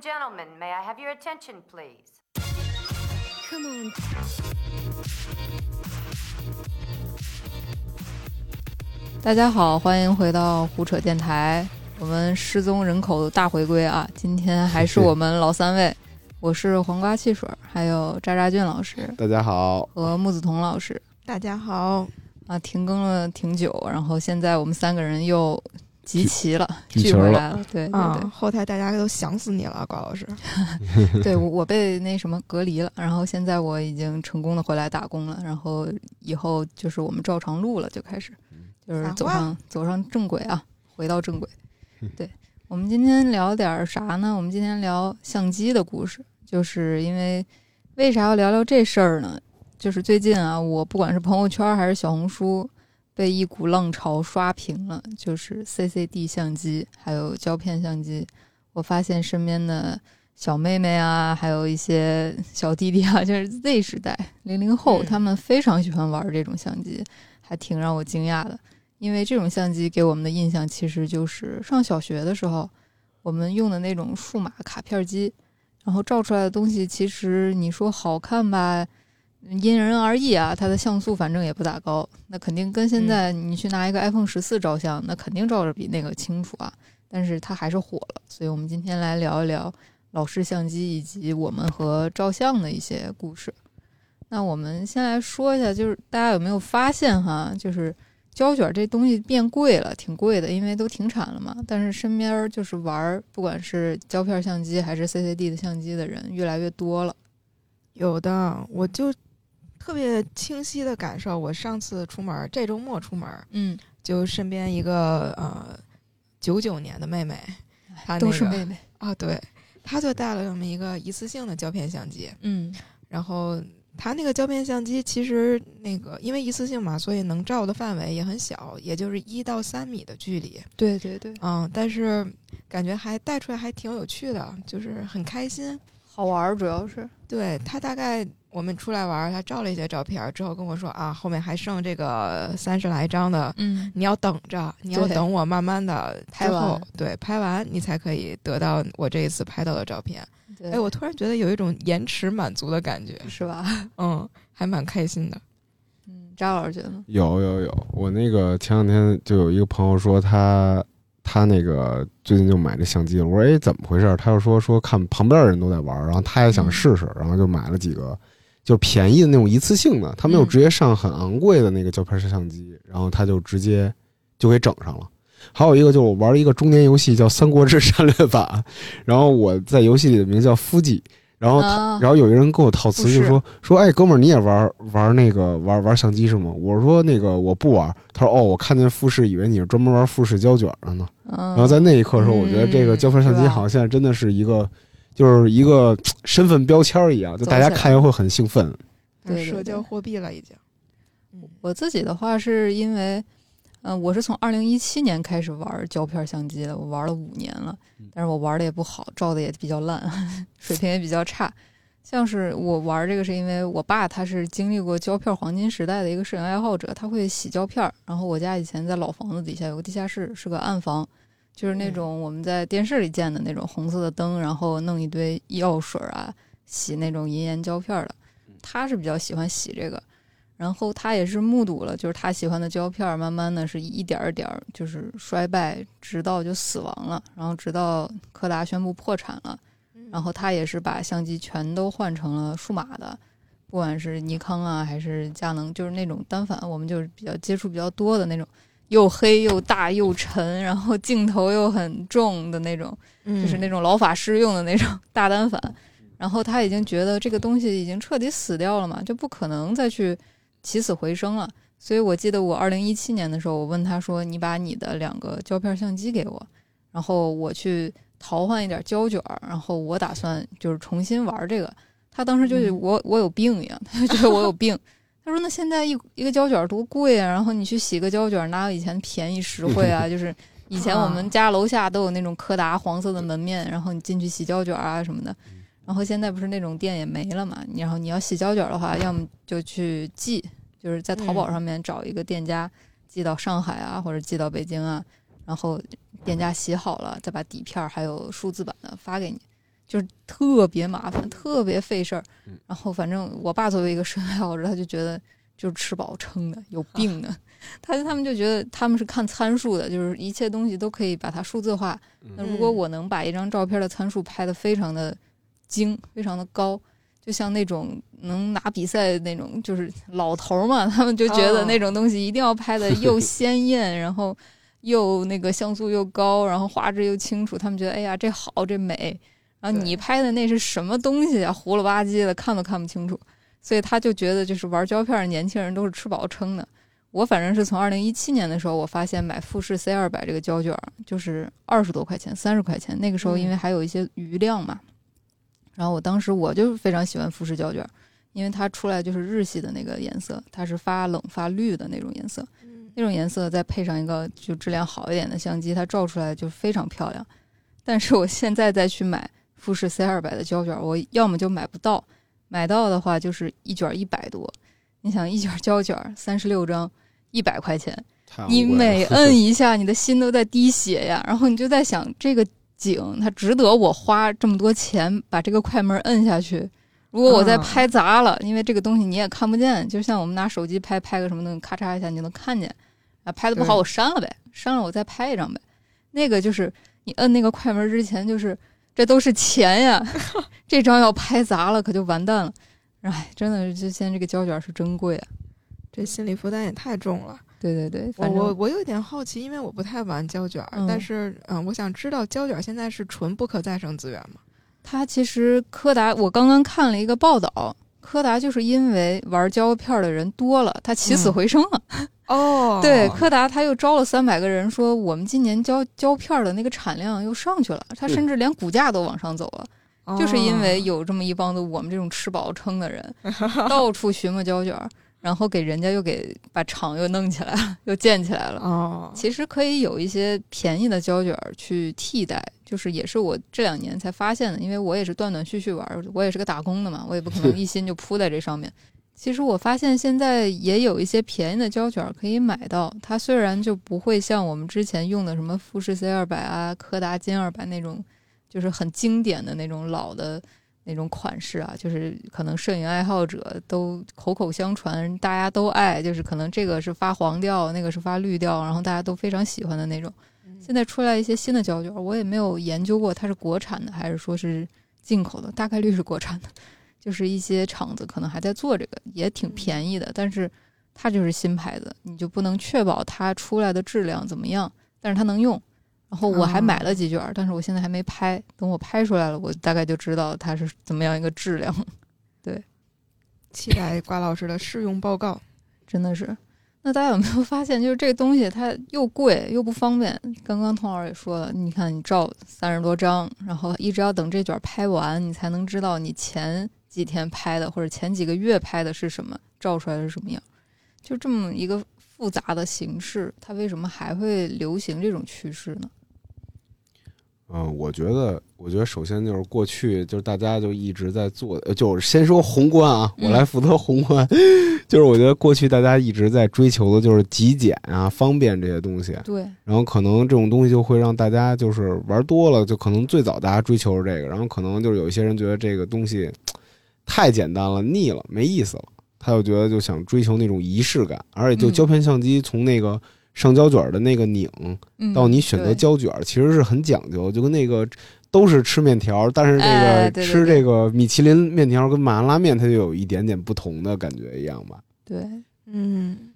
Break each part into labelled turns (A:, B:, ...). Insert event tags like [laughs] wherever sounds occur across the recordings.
A: gentlemen, may I have your attention, please?
B: Come on.
C: Hello，大家好，欢迎回到胡扯电台。我们失踪人口大回归啊！今天还是我们老三位，我是黄瓜汽水，还有渣渣俊老师
D: [laughs] 大家好，
C: 和木子彤
D: [laughs]
C: 老师
B: 大家好，
C: 啊。停更了挺久，然后现在我们三个人又集齐了，
D: 聚
C: 聚
D: 齐
C: 回
D: 了嗯
C: 来了。对对对，
B: 啊，后台大家都想死你了，高老师。
C: 对我我被那什么隔离了，然后现在我已经成功的回来打工了，然后以后就是我们照常录了，就开始就是走
B: 散
C: 上走上正轨啊，回到正轨。对我们今天聊点儿啥呢？我们今天聊相机的故事，就是因为为啥要聊聊这事儿呢？就是最近啊，我不管是朋友圈还是小红书，被一股浪潮刷屏了，就是 CCD 相机还有胶片相机。我发现身边的小妹妹啊，还有一些小弟弟啊，就是 [laughs] Z 时代零零后，
B: 嗯
C: 他们非常喜欢玩这种相机，还挺让我惊讶的。因为这种相机给我们的印象其实就是上小学的时候，我们用的那种数码卡片机，然后照出来的东西，其实你说好看吧，因人而异啊。它的像素反正也不咋高，那肯定跟现在你去拿一个 iPhone 十四照相，那肯定照着比那个清楚啊。但是它还是火了，所以我们今天来聊一聊老式相机以及我们和照相的一些故事。那我们先来说一下，就是大家有没有发现哈，就是胶卷这东西变贵了，挺贵的，因为都停产了嘛。但是身边儿就是玩儿，不管是胶片相机还是 CCD 的相机的人越来越多了。
B: 有的，我就特别清晰的感受，我上次出门，这周末出门，
C: 嗯，
B: 就身边一个呃九九年的妹妹，她那个
C: 都是妹妹。
B: 啊，对，她就带了这么一个一次性的胶片相机，
C: 嗯
B: 然后它那个胶片相机其实那个因为一次性嘛，所以能照的范围也很小，也就是一到三米的距离。
C: 对对对，
B: 嗯，但是感觉还带出来还挺有趣的，就是很开心。
C: 好玩儿主要是。
B: 对他大概我们出来玩儿，他照了一些照片儿之后跟我说啊，后面还剩这个三十来张的，
C: 嗯，
B: 你要等着，你要
C: 对
B: 等我慢慢的
C: 拍完
B: 对，拍完你才可以得到我这一次拍到的照片。
C: 对，
B: 哎，我突然觉得有一种延迟满足的感觉，
C: 是吧？
B: 嗯，还蛮开心的。
C: [laughs] 嗯，张老师觉得呢？
D: 有有有，我那个前两天就有一个朋友说他他那个最近就买这相机了，我说哎怎么回事儿？他又说说看旁边的人都在玩儿，然后他也
C: 嗯
D: 想试试，然后就买了几个。就便宜的那种一次性的，他没有
C: 嗯
D: 直接上很昂贵的那个胶片摄像机，然后他就直接就给整上了。还有一个就是我玩一个中年游戏叫《三国志战略版》，然后我在游戏里的名叫夫姬，然后他
C: 啊
D: 然后有一个人跟我套词，
C: 不是
D: 就说说，哎，哥们儿，你也玩玩那个玩玩相机是吗？我说那个我不玩。他说哦，我看见富士，以为你是专门玩富士胶卷的呢。
C: 嗯，
D: 然后在那一刻的时候，我觉得这个胶片相
C: 是
D: 机
C: 吧
D: 好像现在真的是一个，就是一个嘖身份标签儿一样，就
C: 走
D: 大家
C: 起来
D: 看见会很兴奋。
C: 对对对
B: 社交货币了已经。嗯
C: 我自己的话是因为，嗯、我是从二零一七年开始玩胶片相机的，我玩了五年了，但是我玩的也不好，照的也比较烂， [laughs] 水平也比较差。像是我玩这个，是因为我爸他是经历过胶片黄金时代的一个摄影爱好者，他会洗胶片儿。然后我家以前在老房子底下有个地下室，是个暗房，就是那种我们在电视里见的那种红色的灯，然后弄一堆药水啊，洗那种银盐胶片儿的。他是比较喜欢洗这个，然后他也是目睹了，就是他喜欢的胶片儿，慢慢的是一点儿一点儿就是衰败，直到就死亡了，然后直到柯达宣布破产了，然后他也是把相机全都换成了数码的，不管是尼康啊还是佳能，就是那种单反，我们就是比较接触比较多的那种，又黑又大又沉，然后镜头又很重的那种。嗯
B: 嗯
C: 就是那种老法师用的那种大单反。然后他已经觉得这个东西已经彻底死掉了嘛，就不可能再去起死回生了。所以我记得我二零一七年的时候，我问他说：“你把你的两个胶片相机给我，然后我去淘换一点胶卷儿，然后我打算就是重新玩这个。”他当时就是
B: 嗯
C: 我、我有病一样， [laughs] 他就觉得我有病。他说：“那现在一一个胶卷儿多贵啊，然后你去洗个胶卷儿哪有以前便宜实惠啊？就是以前我们家楼下都有那种柯达黄色的门面，然后你进去洗胶卷啊什么的。然后现在不是那种店也没了嘛，你然后你要洗胶卷的话，要么就去寄，就是在淘宝
B: 嗯
C: 上面找一个店家寄到上海啊，或者寄到北京啊，然后店家洗好了再把底片儿还有数字版的发给你。就是特别麻烦，特别费事儿
D: 嗯。
C: 然后反正我爸作为一个摄影爱好者，他就觉得就是吃饱撑的，有病
B: [laughs]
C: 的。他他们就觉得他们是看参数的，就是一切东西都可以把它数字化。那如果
B: 嗯
C: 我能把一张照片的参数拍得非常的精，非常的高，就像那种能拿比赛那种，就是老头儿嘛， [laughs] 他们就觉得
B: 哦
C: 那种东西一定要拍的又鲜艳，然后又那个像素又高，然后画质又清楚，他们觉得哎呀这好这美。然后
B: 对
C: 你拍的那是什么东西啊？糊了吧唧的，看都看不清楚。所以他就觉得，就是玩胶片儿的年轻人都是吃饱撑的。我反正是从二零一七年的时候，我发现买富士 C 二百这个胶卷儿就是二十多块钱、三十块钱。那个时候
B: 嗯
C: 因为还有一些余量嘛，然后我当时我就非常喜欢富士胶卷儿，因为它出来就是日系的那个颜色，它是发冷发绿的那种颜色。
B: 嗯
C: 那种颜色再配上一个就质量好一点的相机，它照出来就非常漂亮。但是我现在再去买富士 C 二百的胶卷，我要么就买不到，买到的话就是一卷一百多。你想一卷胶卷三十六张，一百块钱，
D: 太
C: 你
D: 昂贵了 [laughs]
C: 每摁一下，你的心都在滴血呀。然后你就在想，这个景它值得我花这么多钱把这个快门摁下去。如果我再
B: 嗯
C: 拍砸了，因为这个东西你也看不见，就像我们拿手机拍拍个什么东西，咔嚓一下你就能看见。啊，拍的不好
B: 对
C: 我删了呗，删了我再拍一张呗。那个就是你摁那个快门之前，就是这都是钱呀，
B: [laughs]
C: 这张要拍砸了可就完蛋了。哎，真的是，就现在这个胶卷是真贵啊！
B: 这心理负担也太重了。
C: 对对对，
B: 我
C: 反正
B: 我我有一点好奇，因为我不太玩胶卷儿，
C: 嗯
B: 但是嗯、呃我想知道胶卷儿现在是纯不可再生资源吗？
C: 它其实柯达，我刚刚看了一个报道，柯达就是因为玩胶片的人多了，它起死回生了。
B: 哦
C: 对，柯达他又招了三百个人，说我们今年胶胶片的那个产量又上去了，它甚至连股价都往上走了，
B: 哦
C: 就是因为有这么一帮子我们这种吃饱撑的人，到处寻摸胶卷儿，然后给人家又给把厂又弄起来了，又建起来了。
B: 哦，
C: 其实可以有一些便宜的胶卷儿去替代，就是也是我这两年才发现的，因为我也是断断续续玩儿，我也是个打工的嘛，我也不可能一心就扑在这上面。其实我发现现在也有一些便宜的胶卷儿可以买到，它虽然就不会像我们之前用的什么富士 C 二百啊、柯达金二百那种，就是很经典的那种老的那种款式啊，就是可能摄影爱好者都口口相传，大家都爱，就是可能这个是发黄调，那个是发绿调，然后大家都非常喜欢的那种。现在出来一些新的胶卷，我也没有研究过它是国产的还是说是进口的，大概率是国产的，就是一些厂子可能还在做这个，也挺便宜的，但是它就是新牌子，你就不能确保它出来的质量怎么样，但是它能用。然后我还买了几卷，但是我现在还没拍，等我拍出来了，我大概就知道它是怎么样一个质量。
B: 期待瓜老师的试用报告。
C: 真的是。那大家有没有发现，就是这个东西它又贵又不方便？刚刚童老师也说了，你看你照三十多张，然后一直要等这卷拍完，你才能知道你前几天拍的或者前几个月拍的是什么，照出来是什么样。就这么一个复杂的形式，它为什么还会流行这种趋势呢？
D: 嗯，我觉得，我觉得首先就是过去就是大家就一直在做，呃就是先说宏观啊，
C: 嗯
D: 我来负责宏观， [laughs] 就是我觉得过去大家一直在追求的就是极简啊、方便这些东西，
C: 对，
D: 然后可能这种东西就会让大家就是玩多了，就可能最早大家追求是这个，然后可能就是有一些人觉得这个东西太简单了、腻了、没意思了，他就觉得就想追求那种仪式感，而且就
C: 嗯
D: 胶片相机从那个上胶卷的那个拧。
C: 嗯，
D: 到你选择
C: 对
D: 胶卷儿，其实是很讲究，就跟那个都是吃面条儿，但是这
C: 哎
D: 个
C: 对对
D: 吃
C: 对
D: 这个米其林面条儿跟麻辣拉面，它就有一点点不同的感觉一样吧。
C: 对，
B: 嗯，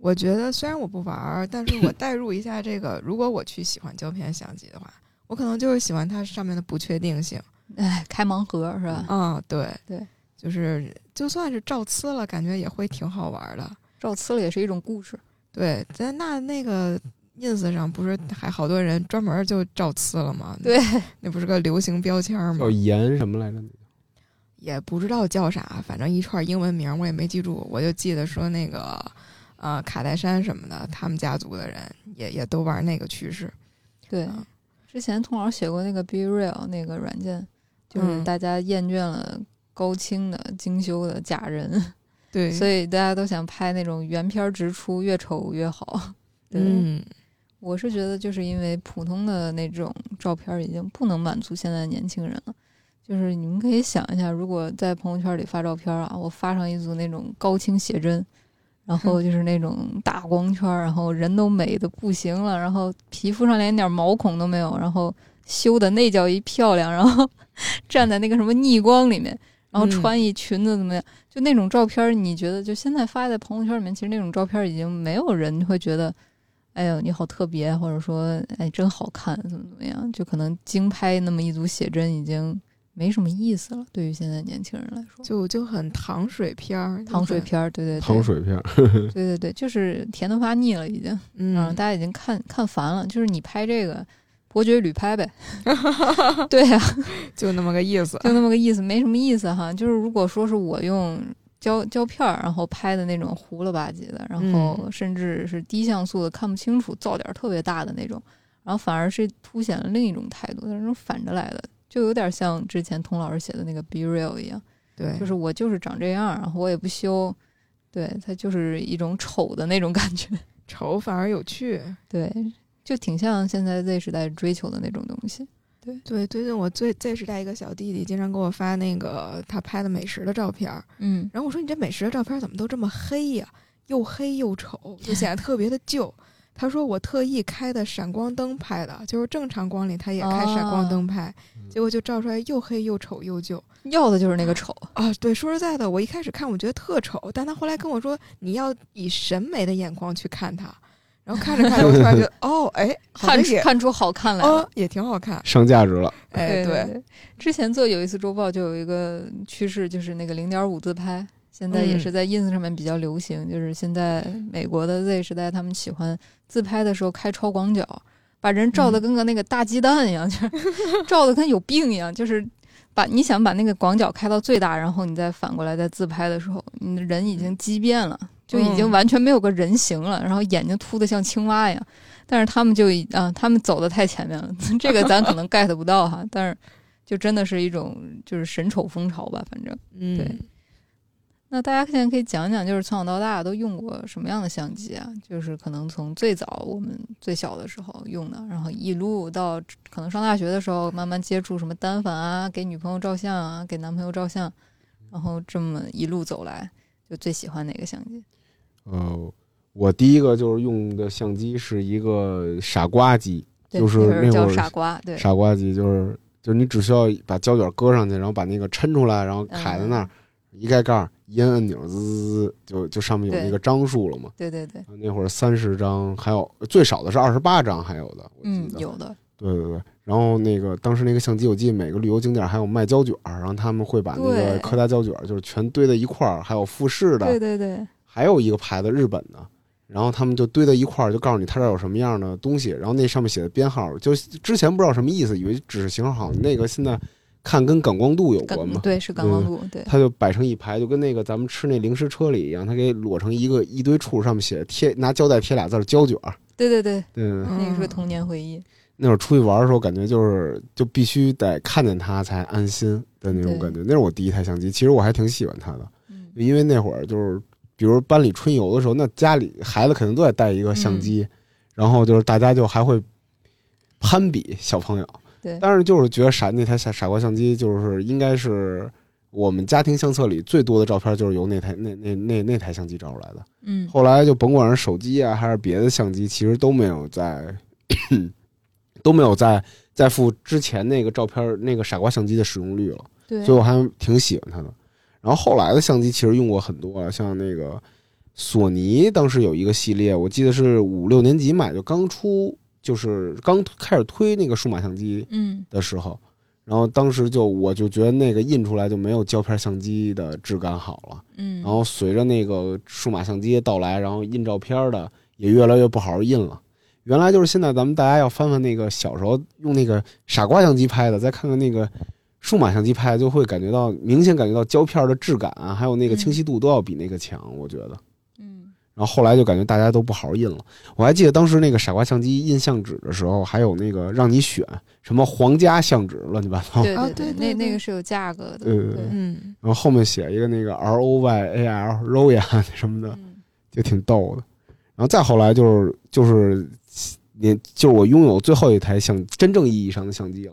B: 我觉得虽然我不玩儿，但是我代入一下这 [laughs] 个，如果我去喜欢胶片相机的话，我可能就是喜欢它上面的不确定性。
C: 哎，开盲盒是吧？
B: 啊、对
C: 对，
B: 就是就算是照呲了，感觉也会挺好玩儿的。
C: 照呲了也是一种故事。
B: 对，咱那那个 ins 上不是还好多人专门就照呲了吗？
C: 对，
B: 那不是个流行标签
C: 嗯
B: 吗
D: 叫？盐什么来着？
B: 也不知道叫啥，反正一串英文名我也没记住，我就记得说那个呃卡戴珊什么的，他们家族的人也也都玩那个趋势。
C: 对
B: 嗯，
C: 之前童老师写过那个 Be Real 那个软件，就是
B: 嗯
C: 大家厌倦了高清的、精修的假人，
B: 对，
C: 所
B: 以
C: 以大家都想拍那种原片儿直出，越丑越好。对，
B: 嗯
C: 我是觉得就是因为普通的那种照片儿已经不能满足现在的年轻人了，就是你们可以想一下，如果在朋友圈里发照片啊，我发上一组那种高清写真，然后就是那种大光圈，然后人都美的不行了，然后皮肤上连一点毛孔都没有，然后修的那叫一漂亮，然后 [laughs] 站在那个什么逆光里面，然后
B: 嗯
C: 穿一裙子怎么样？就那种照片，你觉得就现在发在朋友圈里面，其实那种照片已经没有人会觉得。哎呦，你好特别，或者说，哎，真好看，怎么怎么样？就可能经拍那么一组写真，已经没什么意思了。对于现在年轻人来说，
B: 就就很糖水片儿，就
C: 糖水
B: 很，
C: 片儿，对对对，
D: 糖，水片，
C: 对对对，就是甜的发腻了，已经，嗯，
B: 嗯，
C: 大家已经看看烦了。就是你拍这个伯爵旅拍呗，对呀、
B: 就那么个意思。
C: 就那么个意思，没什么意思哈。就是如果说是我用胶胶片儿，然后拍的那种糊了吧唧的，然后
B: 嗯
C: 甚至是低像素的看不清楚，噪点儿特别大的那种，然后反而是凸显了另一种态度，它是那种反着来的，就有点像之前童老师写的那个 Be Real 一样，
B: 对，
C: 就是我就是长这样，然后我也不修，对，它就是一种丑的那种感觉，
B: 丑反而有趣。
C: 对，就挺像现在 Z 时代追求的那种东西。
B: 对，最近我最这时代一个小弟弟经常给我发那个他拍的美食的照片儿，
C: 嗯，
B: 然后我说你这美食的照片怎么都这么黑呀、又黑又丑，就显得特别的旧。他说我特意开的闪光灯拍的，就是正常光里他也开闪光灯拍，结果就照出来又黑又丑又旧
C: 要的就是那个丑，
B: 啊！对，说实在的，我一开始看我觉得特丑，但他后来跟我说你要以审美的眼光去看它，然后看着看着，我突然觉得哦，哎，好
C: 看
B: 像
C: 出
B: 也
C: 看出好看来了。
B: 哦也挺好看，
D: 上价值了。
C: [laughs]
B: 哎，
C: 对，之前做有一次周报就有一个趋势，就是那个零点五自拍，现在也
B: 嗯
C: 是在 ins 上面比较流行。就是现在美国的 Z 时代，他们喜欢自拍的时候开超广角，把人照
B: 嗯
C: 的跟个那个大鸡蛋一样，就是 [laughs] 照的跟有病一样，就是。把你想把那个广角开到最大，然后你再反过来再自拍的时候，你的人已经畸变了，就已经
B: 嗯
C: 完全没有个人形了，然后眼睛凸的像青蛙一样。但是他们就已啊，他们走的太前面了， [laughs] 这个咱可能 get 不到哈。但是就真的是一种就是神丑风潮吧，反正。
B: 嗯，
C: 对那大家现在可以讲讲，就是从小到大都用过什么样的相机啊？就是可能从最早我们最小的时候用的，然后一路到可能上大学的时候，慢慢接触什么单反啊，给女朋友照相啊，给男朋友照相，然后这么一路走来，就最喜欢哪个相机？
D: 呃，我第一个就是用的相机是一个傻瓜机，
C: 对，
D: 就是
C: 那会儿
D: 那会
C: 叫
D: 儿
C: 傻瓜，对，
D: 傻瓜机就是就是你只需要把胶卷搁上去，然后把那个抻出来，然
C: 嗯
D: 后揩在那儿，一盖盖儿，一摁按钮，滋滋滋，就就上面有
C: 对
D: 那个张数了嘛。
C: 对对对，
D: 那会儿三十张，还有最少的是二十八张，还有的，我记
C: 嗯，
D: 得。
C: 有的，
D: 对对对，然后那个当时那个相机，我记得每个旅游景点还有卖胶卷儿，然后他们会把那
C: 对
D: 个柯达胶卷儿就是全堆在一块儿，还有富士的，
C: 对对对，
D: 还有一个牌子日本的，然后他们就堆在一块儿，就告诉你它这儿有什么样的东西，然后那上面写的编号，就之前不知道什么意思，以为只是型号好，那个现在看跟感光度有关
C: 感
D: 嘛，
C: 对是感光
D: 嗯
C: 度，对，
D: 它就摆成一排，就跟那个咱们吃那零食车里一样，它给摞成一个一堆处，上面写贴拿胶带贴俩字儿胶卷儿，
C: 对对对，
D: 对对对。
C: 那个是
B: 嗯
C: 童年回忆。
D: 那会儿出去玩的时候，感觉就是就必须得看见它才安心的那
C: 对
D: 种感觉。那是我第一台相机，其实我还挺喜欢它的，
C: 嗯
D: 因为那会儿就是，比如班里春游的时候，那家里孩子肯定都得带一个相
C: 嗯
D: 机，然后就是大家就还会攀比小朋友。
C: 对
D: 但是就是觉得傻那台傻傻瓜相机就是应该是我们家庭相册里最多的照片，就是由那台那那那那台相机照出来的。
C: 嗯，
D: 后来就甭管是手机啊，还是别的相机，其实都没有在 [clears throat] 都没有在在付之前那个照片儿那个傻瓜相机的使用率了，
C: 对，
D: 所以我还挺喜欢它的。然后后来的相机其实用过很多啊，像那个索尼当时有一个系列，我记得是五六年级买，就刚出就是刚开始推那个数码相机
C: 嗯，
D: 的时候，然后当时就我就觉得那个印出来就没有胶片相机的质感好了。
C: 嗯，
D: 然后随着那个数码相机的到来，然后印照片的也越来越不好好印了。原来就是现在咱们大家要翻翻那个小时候用那个傻瓜相机拍的，再看看那个数码相机拍的，就会感觉到明显感觉到胶片的质感啊，还有那个清晰度都要比那个强，我觉得。
C: 嗯，
D: 然后后来就感觉大家都不好好印了。我还记得当时那个傻瓜相机印相纸的时候，还有那个让你选什么皇家相纸，乱七八糟。
C: 对
B: 啊
C: 对，
B: 对
C: 那
B: 对
C: 那
B: 对
C: 个是有价格的，
D: 对对
C: 对，
B: 嗯，
D: 然后后面写一个那个 R O Y A L [laughs] Royal 什么的，
C: 嗯
D: 就挺逗的。然后再后来就是就是你就是我拥有最后一台相真正意义上的相机了，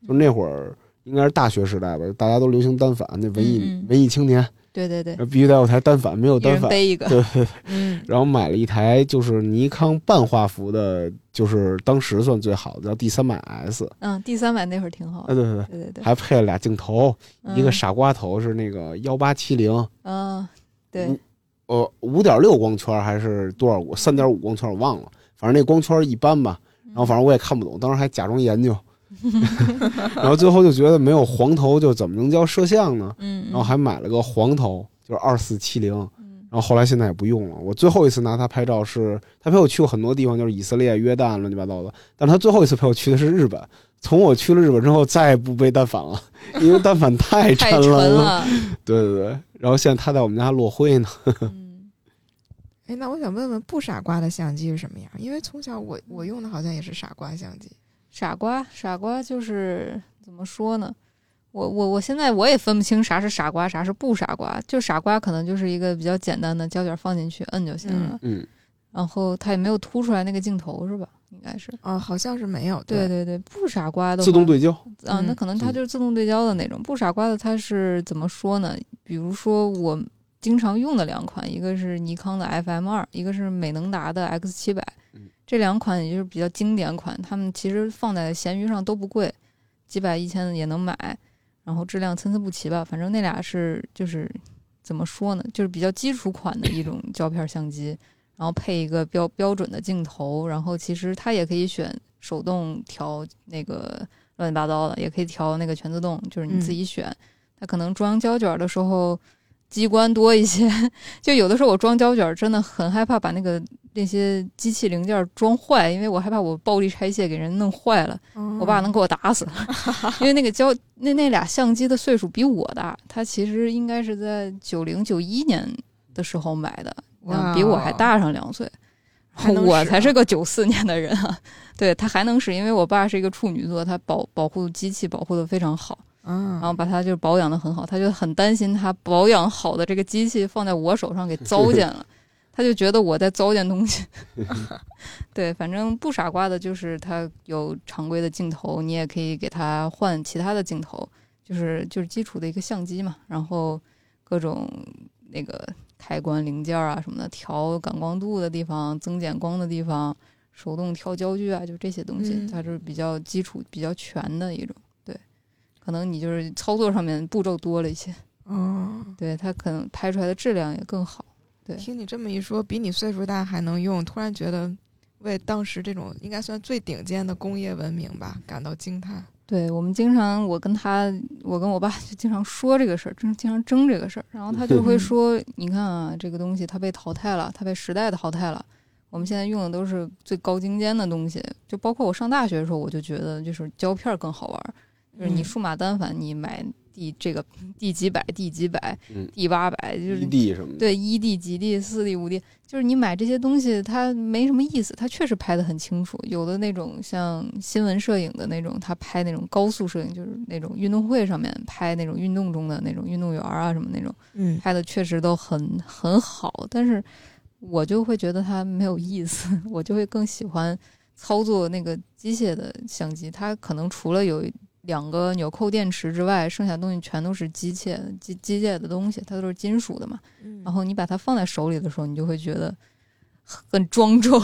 D: 就是那会儿应该是大学时代吧，大家都流行单反，那文艺
C: 嗯嗯
D: 文艺青年
C: 对对对，
D: 必须得有台单反，没有
C: 一
D: 单
C: 人
D: 反，
C: 背
D: [laughs]
C: 一个， [laughs]
D: 对
C: 嗯
D: 然后买了一台就是尼康半画幅的，就是当时算最好的，叫 D 三百 S。
C: 嗯，第三版那会儿挺好
D: 啊，对
C: 的，
D: 对对，
C: 对对对，
D: 还配了俩镜头，一个
C: 嗯
D: 傻瓜头是那个幺八七零，
C: 嗯，
D: 嗯
C: 对，
D: 呃，五点六光圈还是多少光？三点五光圈我忘了，反正那光圈一般吧。然后反正我也看不懂，当时还假装研究， [laughs] 然后最后就觉得没有黄头就怎么能叫摄像呢？
C: 嗯，
D: 然后还买了个黄头，就是二四七零。
C: 嗯
D: 然后后来现在也不用了。我最后一次拿它拍照是，它陪我去过很多地方，就是以色列、约旦，乱七八糟的。但是它最后一次陪我去的是日本。从我去了日本之后，再也不背单反了，因为单反太沉
C: 太纯
D: 了。 [laughs]
C: 了，
D: 对对对。然后现在它在我们家落灰呢。
C: 嗯
B: 哎，那我想问问不傻瓜的相机是什么样？因为从小我我用的好像也是傻瓜相机。
C: 傻瓜，傻瓜就是怎么说呢？我我我现在我也分不清啥是傻瓜，啥是不傻瓜。就傻瓜可能就是一个比较简单的胶卷放进去摁就行了，
D: 嗯，
C: 然后它也没有凸出来那个镜头是吧？应该是。
B: 哦，好像是没有。
C: 对对对，不傻瓜的
D: 自动
C: 话
D: 对焦。
C: 啊，那
B: 嗯
C: 可能它
D: 嗯
C: 就是自动对焦的那种。不傻瓜的它是怎么说呢？比如说我经常用的两款，一个是尼康的 FM 二，一个是美能达的 X 七百
D: 嗯，
C: 这两款也就是比较经典款，它们其实放在闲鱼上都不贵，几百一千的也能买，然后质量参差不齐吧。反正那俩是就是怎么说呢，就是比较基础款的一种胶片相机，然后配一个标标准的镜头，然后其实它也可以选手动调那个乱七八糟的，也可以调那个全自动，就是你自己选。它可能装胶卷的时候机关多一些， [laughs] 就有的时候我装胶卷真的很害怕把那个那些机器零件装坏，因为我害怕我暴力拆卸给人弄坏了。我
B: 我
C: 爸能给我打死，
B: 嗯
C: [laughs] 因为那个胶那那俩相机的岁数比我大，他其实应该是在九零九一年的时候买的，
B: 哇哦
C: 比我还大上两岁。
B: 还能使啊
C: 我才是个九四年的人啊，对他还能使，因为我爸是一个处女座，他保保护机器保护的非常好，
B: 嗯，
C: 然后把它就保养的很好，他就很担心他保养好的这个机器放在我手上给糟践了，他就觉得我在糟践东西。对，反正不傻瓜的就是它有常规的镜头，你也可以给它换其他的镜头，就是就是基础的一个相机嘛，然后各种那个开关零件啊什么的，调感光度的地方，增减光的地方，手动调焦距啊，就这些东西，
B: 嗯
C: 它就是比较基础、比较全的一种。对，可能你就是操作上面步骤多了一些，
B: 嗯，
C: 对它可能拍出来的质量也更好。对
B: 听你这么一说，比你岁数大还能用，突然觉得为当时这种应该算最顶尖的工业文明吧感到惊叹。
C: 对我们经常，我跟他，我跟我爸就经常说这个事儿，经经常争这个事儿。然后他就会说：“你看啊，这个东西它被淘汰了，它被时代淘汰了。我们现在用的都是最高精尖的东西。就包括我上大学的时候，我就觉得就是胶片儿更好玩儿，就是你
B: 嗯
C: 数码单反，你买第这个第几百、第几百
D: 嗯、
C: 第八百，就是
D: 一 D 什么的。
C: 对一 D 几 D 四 D 五 D，就是你买这些东西它没什么意思，它确实拍的很清楚。有的那种像新闻摄影的那种，他拍那种高速摄影，就是那种运动会上面拍那种运动中的那种运动员啊什么那种，
B: 嗯，
C: 拍的确实都很很好，但是我就会觉得它没有意思， [laughs] 我就会更喜欢操作那个机械的相机。它可能除了有两个纽扣电池之外，剩下东西全都是机械机机械的东西，它都是金属的嘛。
B: 嗯
C: 然后你把它放在手里的时候，你就会觉得很庄重。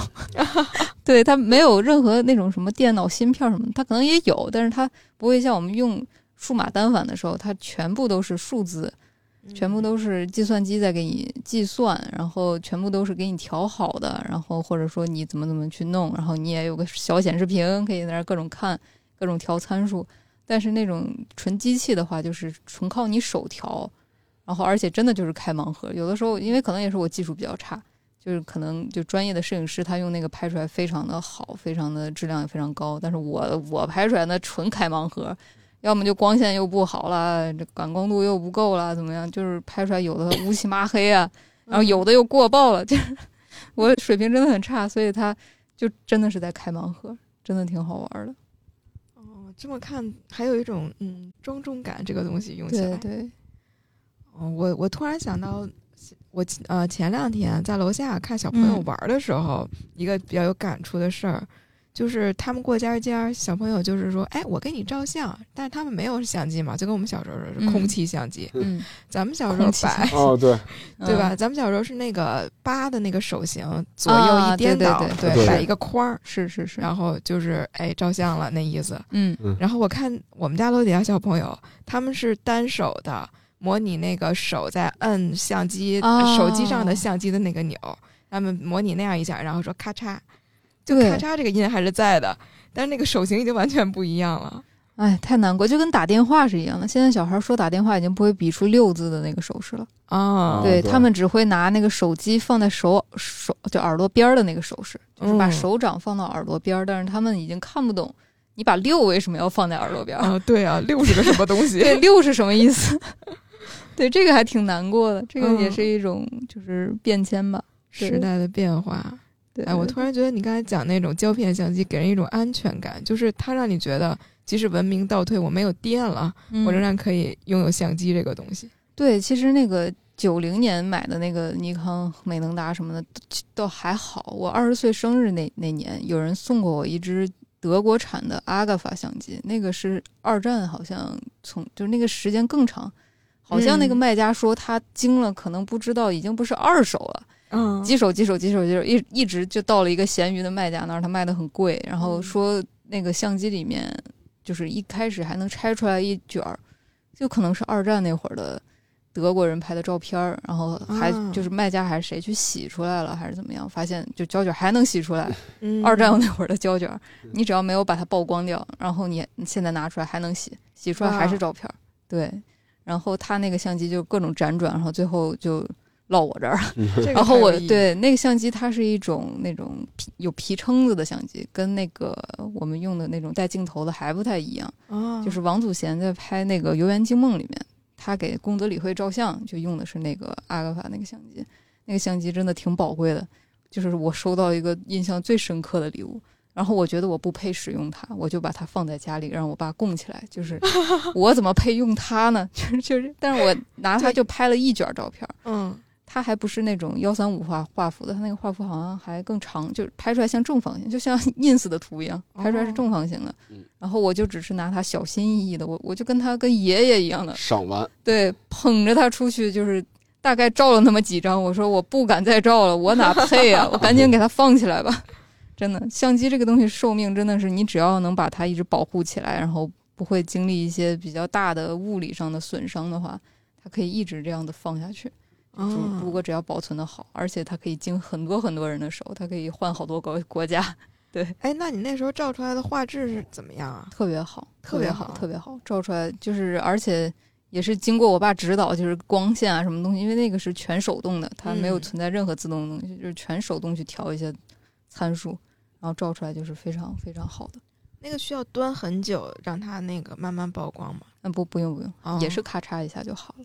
C: 对，它没有任何那种什么电脑芯片什么的，它可能也有，但是它不会像我们用数码单反的时候，它全部都是数字，
B: 嗯
C: 全部都是计算机在给你计算，然后全部都是给你调好的，然后或者说你怎么怎么去弄，然后你也有个小显示屏，可以在那儿各种看，各种调参数。但是那种纯机器的话，就是纯靠你手调，然后而且真的就是开盲盒。有的时候，因为可能也是我技术比较差，就是可能就专业的摄影师他用那个拍出来非常的好，非常的质量也非常高，但是我我拍出来那纯开盲盒，要么就光线又不好啦，这感光度又不够啦，怎么样？就是拍出来有的乌漆麻黑啊，然后有的又过曝了，就是 [laughs] 我水平真的很差，所以他就真的是在开盲盒，真的挺好玩的。
B: 哦，这么看还有一种嗯庄重感，这个东西用起
C: 对
B: 来。
C: 对，
B: 哦，我我突然想到，我呃前两天在楼下看小朋友
C: 嗯
B: 玩儿的时候，一个比较有感触的事儿，就是他们过家家，小朋友就是说，哎，我给你照相，但是他们没有相机嘛，就跟我们小时候是
C: 嗯
B: 空气相机，
C: 嗯，
B: 咱们小时候
C: 空气
B: 摆
C: 相，
D: 哦，对，
B: [laughs] 对吧？
C: 嗯？
B: 咱们小时候是那个八的那个手型，左右
C: 啊
B: 一颠
C: 对对
B: 倒，
C: 对
D: 对
B: 摆
D: 对
B: 一个框儿，
C: 是是是，
B: 然后就是哎照相了那意思。
C: 嗯
B: 然后我看我们家楼底下小朋友，他们是单手的，模拟那个手在摁相机、
C: 哦
B: 手机上的相机的那个钮，他们模拟那样一下，然后说咔嚓，就
C: 对
B: 咔嚓这个音还是在的，但是那个手型已经完全不一样了。
C: 哎，太难过，就跟打电话是一样的。现在小孩说打电话已经不会比出六字的那个手势了，
B: 啊
D: 哦
C: 对
D: 对
C: 他们只会拿那个手机放在手手就耳朵边儿的那个手势，就是把
B: 嗯
C: 手掌放到耳朵边儿，但是他们已经看不懂你把六为什么要放在耳朵边儿。
B: 啊，对啊，六是个什么东西？ [laughs]
C: 对，六是什么意思？ [laughs] 对，这个还挺难过的，这个也
B: 嗯
C: 是一种就是变迁吧。
B: 时代的变化。
C: 对，
B: 哎，我突然觉得你刚才讲那种胶片相机给人一种安全感，就是它让你觉得即使文明倒退，我没有电了，
C: 嗯
B: 我仍然可以拥有相机这个东西。
C: 对，其实那个九零年买的那个尼康、美能达什么的都都还好。我二十岁生日那那年，有人送过我一支德国产的阿嘎法相机，那个是二战好像从就是那个时间更长，好像那个
B: 嗯
C: 卖家说他惊了，可能不知道已经不是二手了。
B: 嗯
C: 几手几手几手几手，一一直就到了一个闲鱼的卖家那儿，他卖的很贵，然
B: 嗯
C: 后说那个相机里面就是一开始还能拆出来一卷儿，就可能是二战那会儿的德国人拍的照片儿，然后还、
B: 啊
C: 就是卖家还是谁去洗出来了还是怎么样，发现就胶卷还能洗出来，
B: 嗯
C: 二战那会儿的胶卷，你只要没有把它曝光掉，然后你你现在拿出来还能洗，洗出来还是
B: 哇
C: 照片儿，对，然后他那个相机就各种辗转，然后最后就落我这儿了。
D: 嗯
B: 这个
C: 然后
B: 太有
C: 我
B: 意义
C: 对那个相机，它是一种那种皮有皮撑子的相机，跟那个我们用的那种带镜头的还不太一样。
B: 啊，
C: 就是王祖贤在拍那个《游园惊梦》里面，他给宫泽理惠照相就用的是那个阿格法那个相机，那个相机真的挺宝贵的，就是我收到一个印象最深刻的礼物。然后我觉得我不配使用它，我就把它放在家里，让我爸供起来。就是 [laughs] 我怎么配用它呢？ [laughs] 就是就是，但是我拿它
B: 对
C: 就拍了一卷照片儿。
B: 嗯
C: 它还不是那种幺三五画画幅的，它那个画幅好像还更长，就是拍出来像正方形，就像 [laughs] ins 的图一样，拍出来是正方形的。
D: 嗯
C: 然后我就只是拿它小心翼翼的，我我就跟它跟爷爷一样的，
D: 赏玩，
C: 对，捧着它出去，就是大概照了那么几张。我说我不敢再照了，我哪配啊？我赶紧给它放起来吧。真的，相机这个东西寿命真的是，你只要能把它一直保护起来，然后不会经历一些比较大的物理上的损伤的话，它可以一直这样的放下去。
B: 啊
C: 如如果只要保存的好，而且它可以经很多很多人的手，它可以换好多个国家，
B: 哎，那你那时候照出来的画质是怎么样啊？
C: 特别好，
B: 特
C: 别
B: 别
C: 好，
B: 好
C: 特别好，照出来就是，而且也是经过我爸指导，就是光线啊什么东西，因为那个是全手动的，它没有
B: 嗯
C: 存在任何自动的东西，就是全手动去调一些参数，然后照出来就是非常非常好的。
B: 那个需要端很久，让它那个慢慢曝光嘛。
C: 嗯，不，不用不用，
B: 哦
C: 也是咔嚓一下就好了，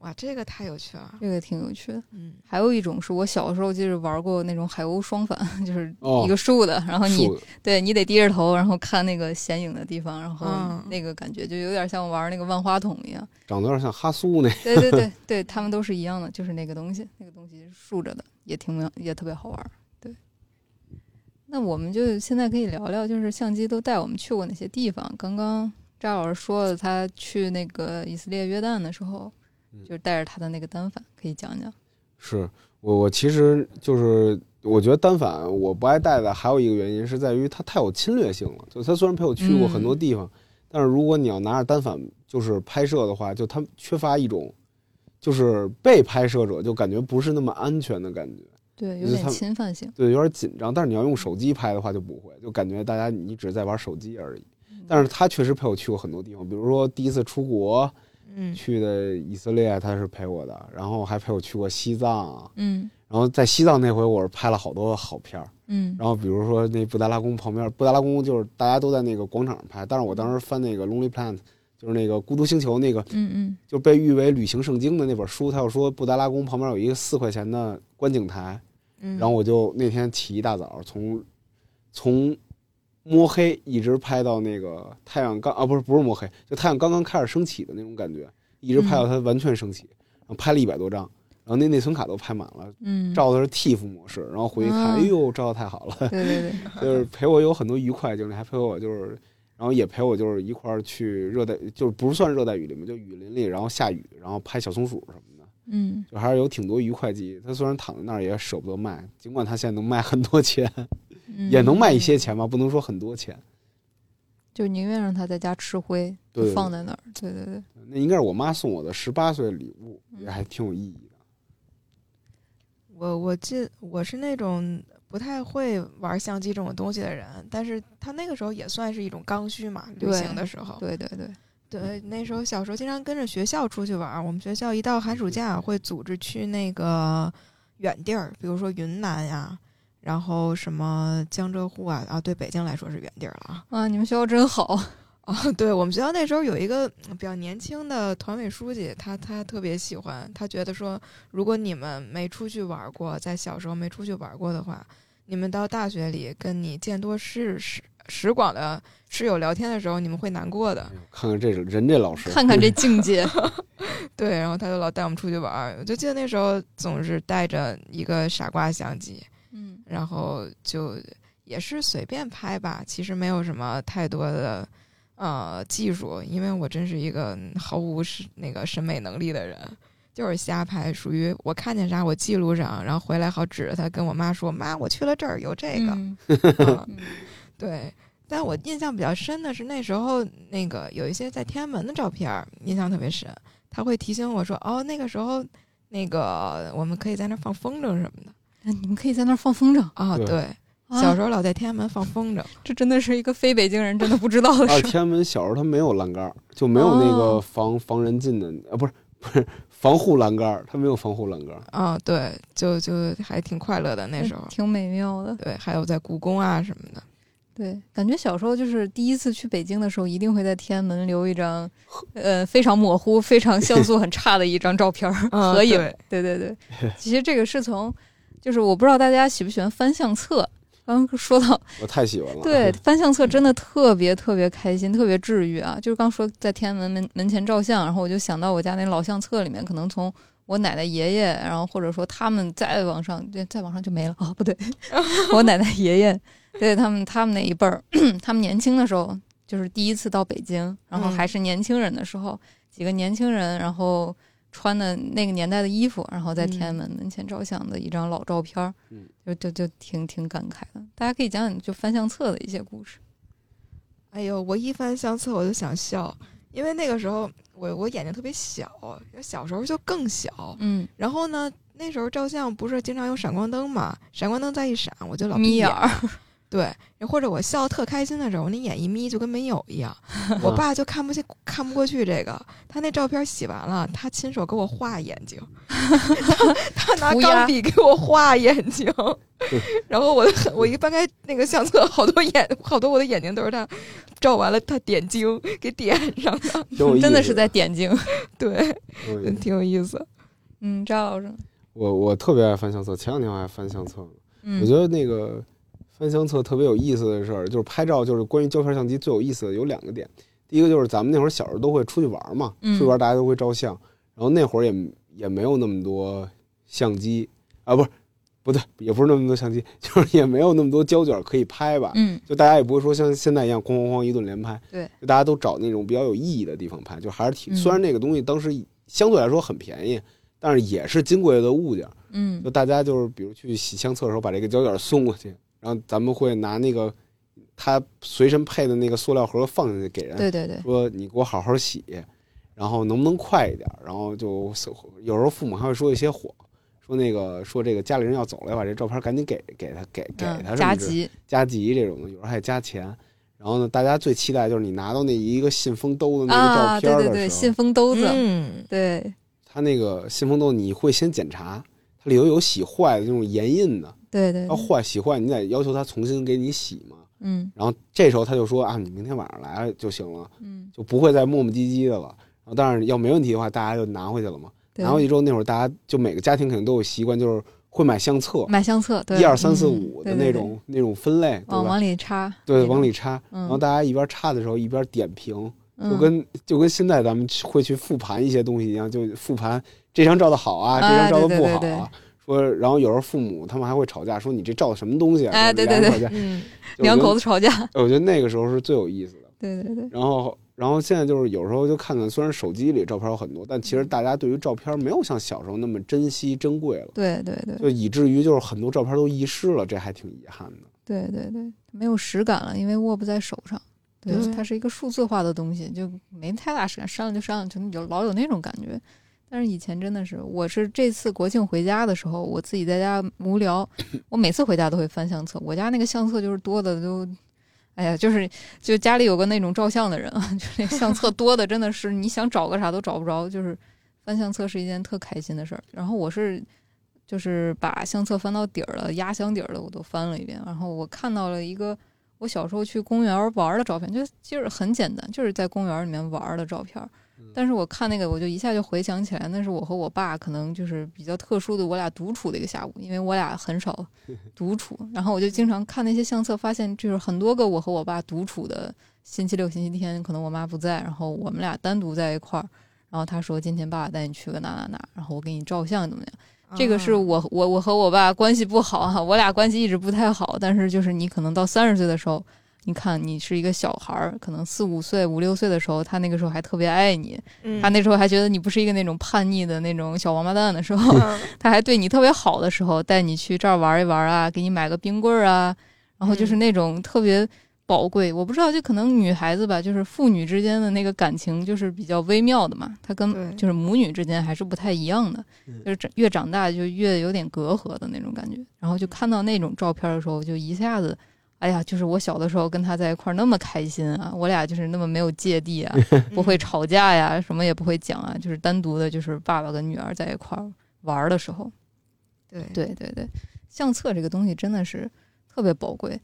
B: 哇，这个太有趣了。
C: 这个挺有趣的。
B: 嗯，
C: 还有一种是我小时候就是玩过那种海鸥双反， [laughs] 就是
D: 哦
C: 一个竖的，然后你
D: 树
C: 对你得低着头，然后看那个显影的地方，然后
B: 嗯
C: 那个感觉就有点像玩那个万花筒一样。
D: 长得有点像哈苏那，
C: 对对对对，他们都是一样的，就是那个东西，那个东西是竖着的，也挺也特别好玩儿。对，那我们就现在可以聊聊，就是相机都带我们去过哪些地方。刚刚扎老师说了，他去那个以色列、约旦的时候，
D: 嗯
C: 就是带着他的那个单反，可以讲讲。
D: 是我我其实就是我觉得单反我不爱带的还有一个原因是在于它太有侵略性了，就它虽然陪我去过很多
C: 嗯
D: 地方，但是如果你要拿着单反就是拍摄的话，就它缺乏一种就是被拍摄者就感觉不是那么安全的感觉。
C: 对，有
D: 就是
C: 点
D: 他们
C: 侵犯性。
D: 对，有点紧张。但是你要用手机拍的话就不会，就感觉大家你只是在玩手机而已。但是他确实陪我去过很多地方，比如说第一次出国
B: 嗯，
D: 去的以色列，他是陪我的，然后还陪我去过西藏，
C: 嗯
D: 然后在西藏那回我是拍了好多好片儿。
C: 嗯
D: 然后比如说那布达拉宫旁边，布达拉宫就是大家都在那个广场上拍，但是我当时翻那个《Lonely Planet》，就是那个《孤独星球》那个
C: 嗯嗯
D: 就被誉为旅行圣经的那本书，他又说布达拉宫旁边有一个四块钱的观景台，
B: 然
C: 嗯
D: 然后我就那天起一大早，从从摸黑一直拍到那个太阳刚啊，不是不是摸
C: 嗯
D: 黑，就太阳刚刚开始升起的那种感觉，一直拍到它完全升起，然后拍了一百多张，然后那内存卡都拍满了，
C: 嗯，
D: 照的是 TIFF 模式，然后回去看，
C: 啊
D: 哎呦，照的太好
C: [laughs]
D: 了，
C: 对对对，
D: 就是陪我有很多愉快的经历，还陪我就是，然后也陪我就是一块儿去热带，就是不算热带雨林吧，就雨林里，然后下雨，然后拍小松鼠什么的，
C: 嗯，
D: 就还是有挺多愉快记忆。他虽然躺在那儿也舍不得卖，尽管他现在能卖很多钱，
C: 嗯
D: 也能卖一些钱吧，不能说很多钱。
C: 就宁愿让他在家吃灰，
D: 对对
C: 就放在那儿。对对对，
D: 那应该是我妈送我的十八岁礼物，也还挺有意义的。
B: 我我记我是那种不太会玩相机这种东西的人，但是他那个时候也算是一种刚需嘛，旅
C: 对
B: 行的时候。
C: 嗯对对对，
B: 对，那时候小时候经常跟着学校出去玩儿。我们学校一到寒暑假会组织去那个远地儿，比如说云南呀，然后什么江浙沪啊，啊，对北京来说是远地儿了啊。 [laughs]
C: 啊，你们学校真好，
B: 啊，对我们学校那时候有一个嗯比较年轻的团委书记，他他特别喜欢，他觉得说，如果你们没出去玩儿过，在小时候没出去玩儿过的话，你们到大学里跟你见多识识识广的室友聊天的时候，你们会难过的。
D: 哎呦看看这人这老师，
C: 嗯看看这境界。
D: [laughs]
B: 对，然后他就老带我们出去玩儿，我就记得那时候总是带着一个傻瓜相机，
C: 嗯，
B: 然后就也是随便拍吧，其实没有什么太多的呃技术，因为我真是一个嗯毫无是那个审美能力的人，就是瞎拍，属于我看见啥我记录上，然后回来好指着他跟我妈说：“妈，我去了这儿，有这个。
C: 嗯
B: [laughs] 嗯
C: 嗯
B: 对，但我印象比较深的是那时候那个有一些在天安门的照片儿，印象特别深。他会提醒我说：“哦，那个时候那个我们可以在那儿放风筝什么的。
C: 哎你们可以在那儿放风筝。”
B: 啊，
D: 对
B: 对，
C: 啊
B: 小时候老在天安门放风筝。
C: 这真的是一个非北京人真的不知道的事
D: 啊，
C: 儿。
D: 天安门小时候它没有栏杆儿，就没有那个
C: 哦
D: 防防人进的，啊，不是不是防护栏杆儿，它没有防护栏杆儿。
B: 啊，对，就就还挺快乐的那
D: 嗯
B: 时候。
C: 挺美妙的。
B: 对，还有在故宫啊什么的。
C: 对，感觉小时候就是第一次去北京的时候，一定会在天安门留一张，呃，非常模糊、非常像
D: [laughs]
C: 素很差的一张照片儿
B: 嗯
C: 合影。
B: 对
C: 对对对，其实这个是从，就是我不知道大家喜不喜欢翻相册。刚刚说到
D: 我太喜欢了。 [laughs]
C: 对，翻相册真的特别特别开心，特别治愈啊！就是刚说在天安门门门前照相，然后我就想到我家那老相册里面，可能从我奶奶、爷爷，然后或者说他们再往上，对再往上就没了啊，不对，我奶奶、爷爷，对他们他们那一辈儿，他们年轻的时候就是第一次到北京，然后
B: 嗯
C: 还是年轻人的时候，几个年轻人，然后穿的那个年代的衣服，然后在天安门门前照相的一张老照片儿，
D: 嗯
C: 就就就挺挺感慨的。大家可以讲讲就翻相册的一些故事。
B: 哎呦，我一翻相册我就想笑，因为那个时候我我眼睛特别小，小时候就更小。
C: 嗯，
B: 然后呢，那时候照相不是经常有闪光灯嘛？闪光灯再一闪，我就老
C: 眯眼
B: 眼
C: 儿，
B: [laughs]
C: [laughs]
B: 对，或者我笑得特开心的时候，我那眼一眯就跟没有
C: [laughs]
B: 一样。
D: 嗯
B: 我爸就看不见，看不过去这个。他那照片洗完了，他亲手给我画眼
C: [laughs]
B: 睛，他拿
C: 涂鸦
B: 钢笔给我画眼
C: [laughs]
B: 睛。然后我的很我一翻开那个相册，好多眼，好多我的眼睛都是他照完了，他点睛给点上的。
D: 挺有意思
C: 真的是在点睛。 [laughs]
B: 对，
D: 挺有意思
B: 挺有意思。
C: 嗯，张老师，
D: 我我特别爱翻相册，前两天我还翻相册呢。
C: 嗯，
D: 我觉得那个翻相册特别有意思的事儿，就是拍照，就是关于胶片相机最有意思的有两个点。第一个就是咱们那会儿小时候都会出去玩嘛，
C: 嗯
D: 出去玩大家都会照相，然后那会儿也也没有那么多相机啊，不是不对，也不是那么多相机，就是也没有那么多胶卷可以拍吧。
C: 嗯，
D: 就大家也不会说像现在一样哐哐哐一顿连拍，
C: 对，
D: 就大家都找那种比较有意义的地方拍，就还是挺、
C: 嗯
D: 虽然那个东西当时相对来说很便宜，但是也是金贵的物件儿。
C: 嗯
D: 就大家就是比如去洗相册的时候，把这个胶卷送过去，然后咱们会拿那个他随身配的那个塑料盒放进去给人，
C: 对对对，
D: 说你给我好好洗，然后能不能快一点？然后就有时候父母还会说一些谎，说那个说这个家里人要走了，要把这照片赶紧给给他给给他
C: 嗯，
D: 什么
C: 加
D: 之类的
C: 急，
D: 加急这种的，有时候还加钱。然后呢，大家最期待就是你拿到那一个信封兜的那
C: 对
D: 个照片的时
C: 啊对
D: 候，
C: 对，信封兜子，
B: 嗯，
C: 对
D: 它那个信封兜你会先检查，它里头有洗坏的那种盐印的，
C: 对对
D: 要，坏洗坏，你得要求他重新给你洗嘛。
C: 嗯
D: 然后这时候他就说啊，你明天晚上来就行了，
C: 嗯，
D: 就不会再磨磨唧唧的了。然后但是要没问题的话，大家就拿回去了嘛。
C: 对
D: 拿回去之后，那会儿大家就每个家庭肯定都有习惯，就是会买相册，
C: 买相册，嗯对，
D: 一二三
C: 嗯
D: 四五的
C: 对
D: 那
C: 对对
D: 种那种分类，对
C: 往
D: 吧？
C: 往里插，
D: 对，往里插。
C: 嗯，
D: 然后大家一边插的时候一边点评，
C: 嗯
D: 就跟就跟现在咱们去会去复盘一些东西一样，就复盘这张照的好啊，
C: 啊
D: 这张照的
C: 对
D: 不
C: 对
D: 好啊。
C: 对对
D: 说，然后有时候父母他们还会吵架，说你这照的什么东西啊？
C: 哎
D: 就是
C: 对对
D: 俩
C: 对
D: 人吵架
B: 嗯，
D: 就
C: 两
D: 我觉
C: [laughs]
D: 得
C: 口子吵架，
D: 我觉得那个时候是最有意思的。
C: 对对对，
D: 然后，然后现在就是有时候就看看，虽然手机里照片有很多，但其
C: 嗯
D: 实大家对于照片没有像小时候那么珍惜珍贵了，
C: 对对对
D: 就以至于就是很多照片都遗失了，这还挺遗憾的。
C: 对对对，没有实感了，因为握不在手上。对，
B: 对
C: 它是一个数字化的东西，就没太大实感，删了就删了，就有老有那种感觉。但是以前真的是，我是这次国庆回家的时候，我自己在家无聊，我每次回家都会翻相册，我家那个相册就是多的都，哎呀，就是就家里有个那种照相的人啊， [laughs] 就是那相册多的真的是你想找个啥都找不着，就是翻相册是一件特开心的事儿。然后我是就是把相册翻到底儿了，压箱底儿了，我都翻了一遍。然后我看到了一个我小时候去公园玩儿的照片，就就是很简单，就是在公园里面玩儿的照片儿。但是我看那个，我就一下就回想起来，那是我和我爸可能就是比较特殊的，我俩独处的一个下午，因为我俩很少独处。然后我就经常看那些相册，发现就是很多个我和我爸独处的星期六、星期天，可能我妈不在，然后我们俩单独在一块儿。然后他说：“今天爸爸带你去个哪哪哪，然后我给你照相，怎么样？”这个
B: 嗯
C: 是我我我和我爸关系不好哈、我俩关系一直不太好。但是就是你可能到三十岁的时候，你看你是一个小孩儿，可能四五岁、五六岁的时候，他那个时候还特别爱你，
B: 嗯
C: 他那时候还觉得你不是一个那种叛逆的那种小王八蛋的时
B: [laughs]
C: 候， [laughs]
B: 嗯
C: 他还对你特别好的时候，带你去这儿玩一玩啊，给你买个冰棍儿啊，然后就是那种特别宝贵。我不知道，就可能女孩子吧，就是父女之间的那个感情就是比较微妙的嘛，她
B: 对
C: 跟就是母女之间还是不太一样的
D: 嗯，
C: 就是长越长大就越有点隔阂的那种感觉。然后就看到那种照片的时候，就一下子。哎呀，就是我小的时候跟他在一块儿那么开心啊，我俩就是那么没有芥蒂啊，不会吵架呀，什么也不会讲啊，就是单独的，就是爸爸跟女儿在一块儿玩儿的时候，
B: 对
C: 对对对，相册这个东西真的是特别宝贵，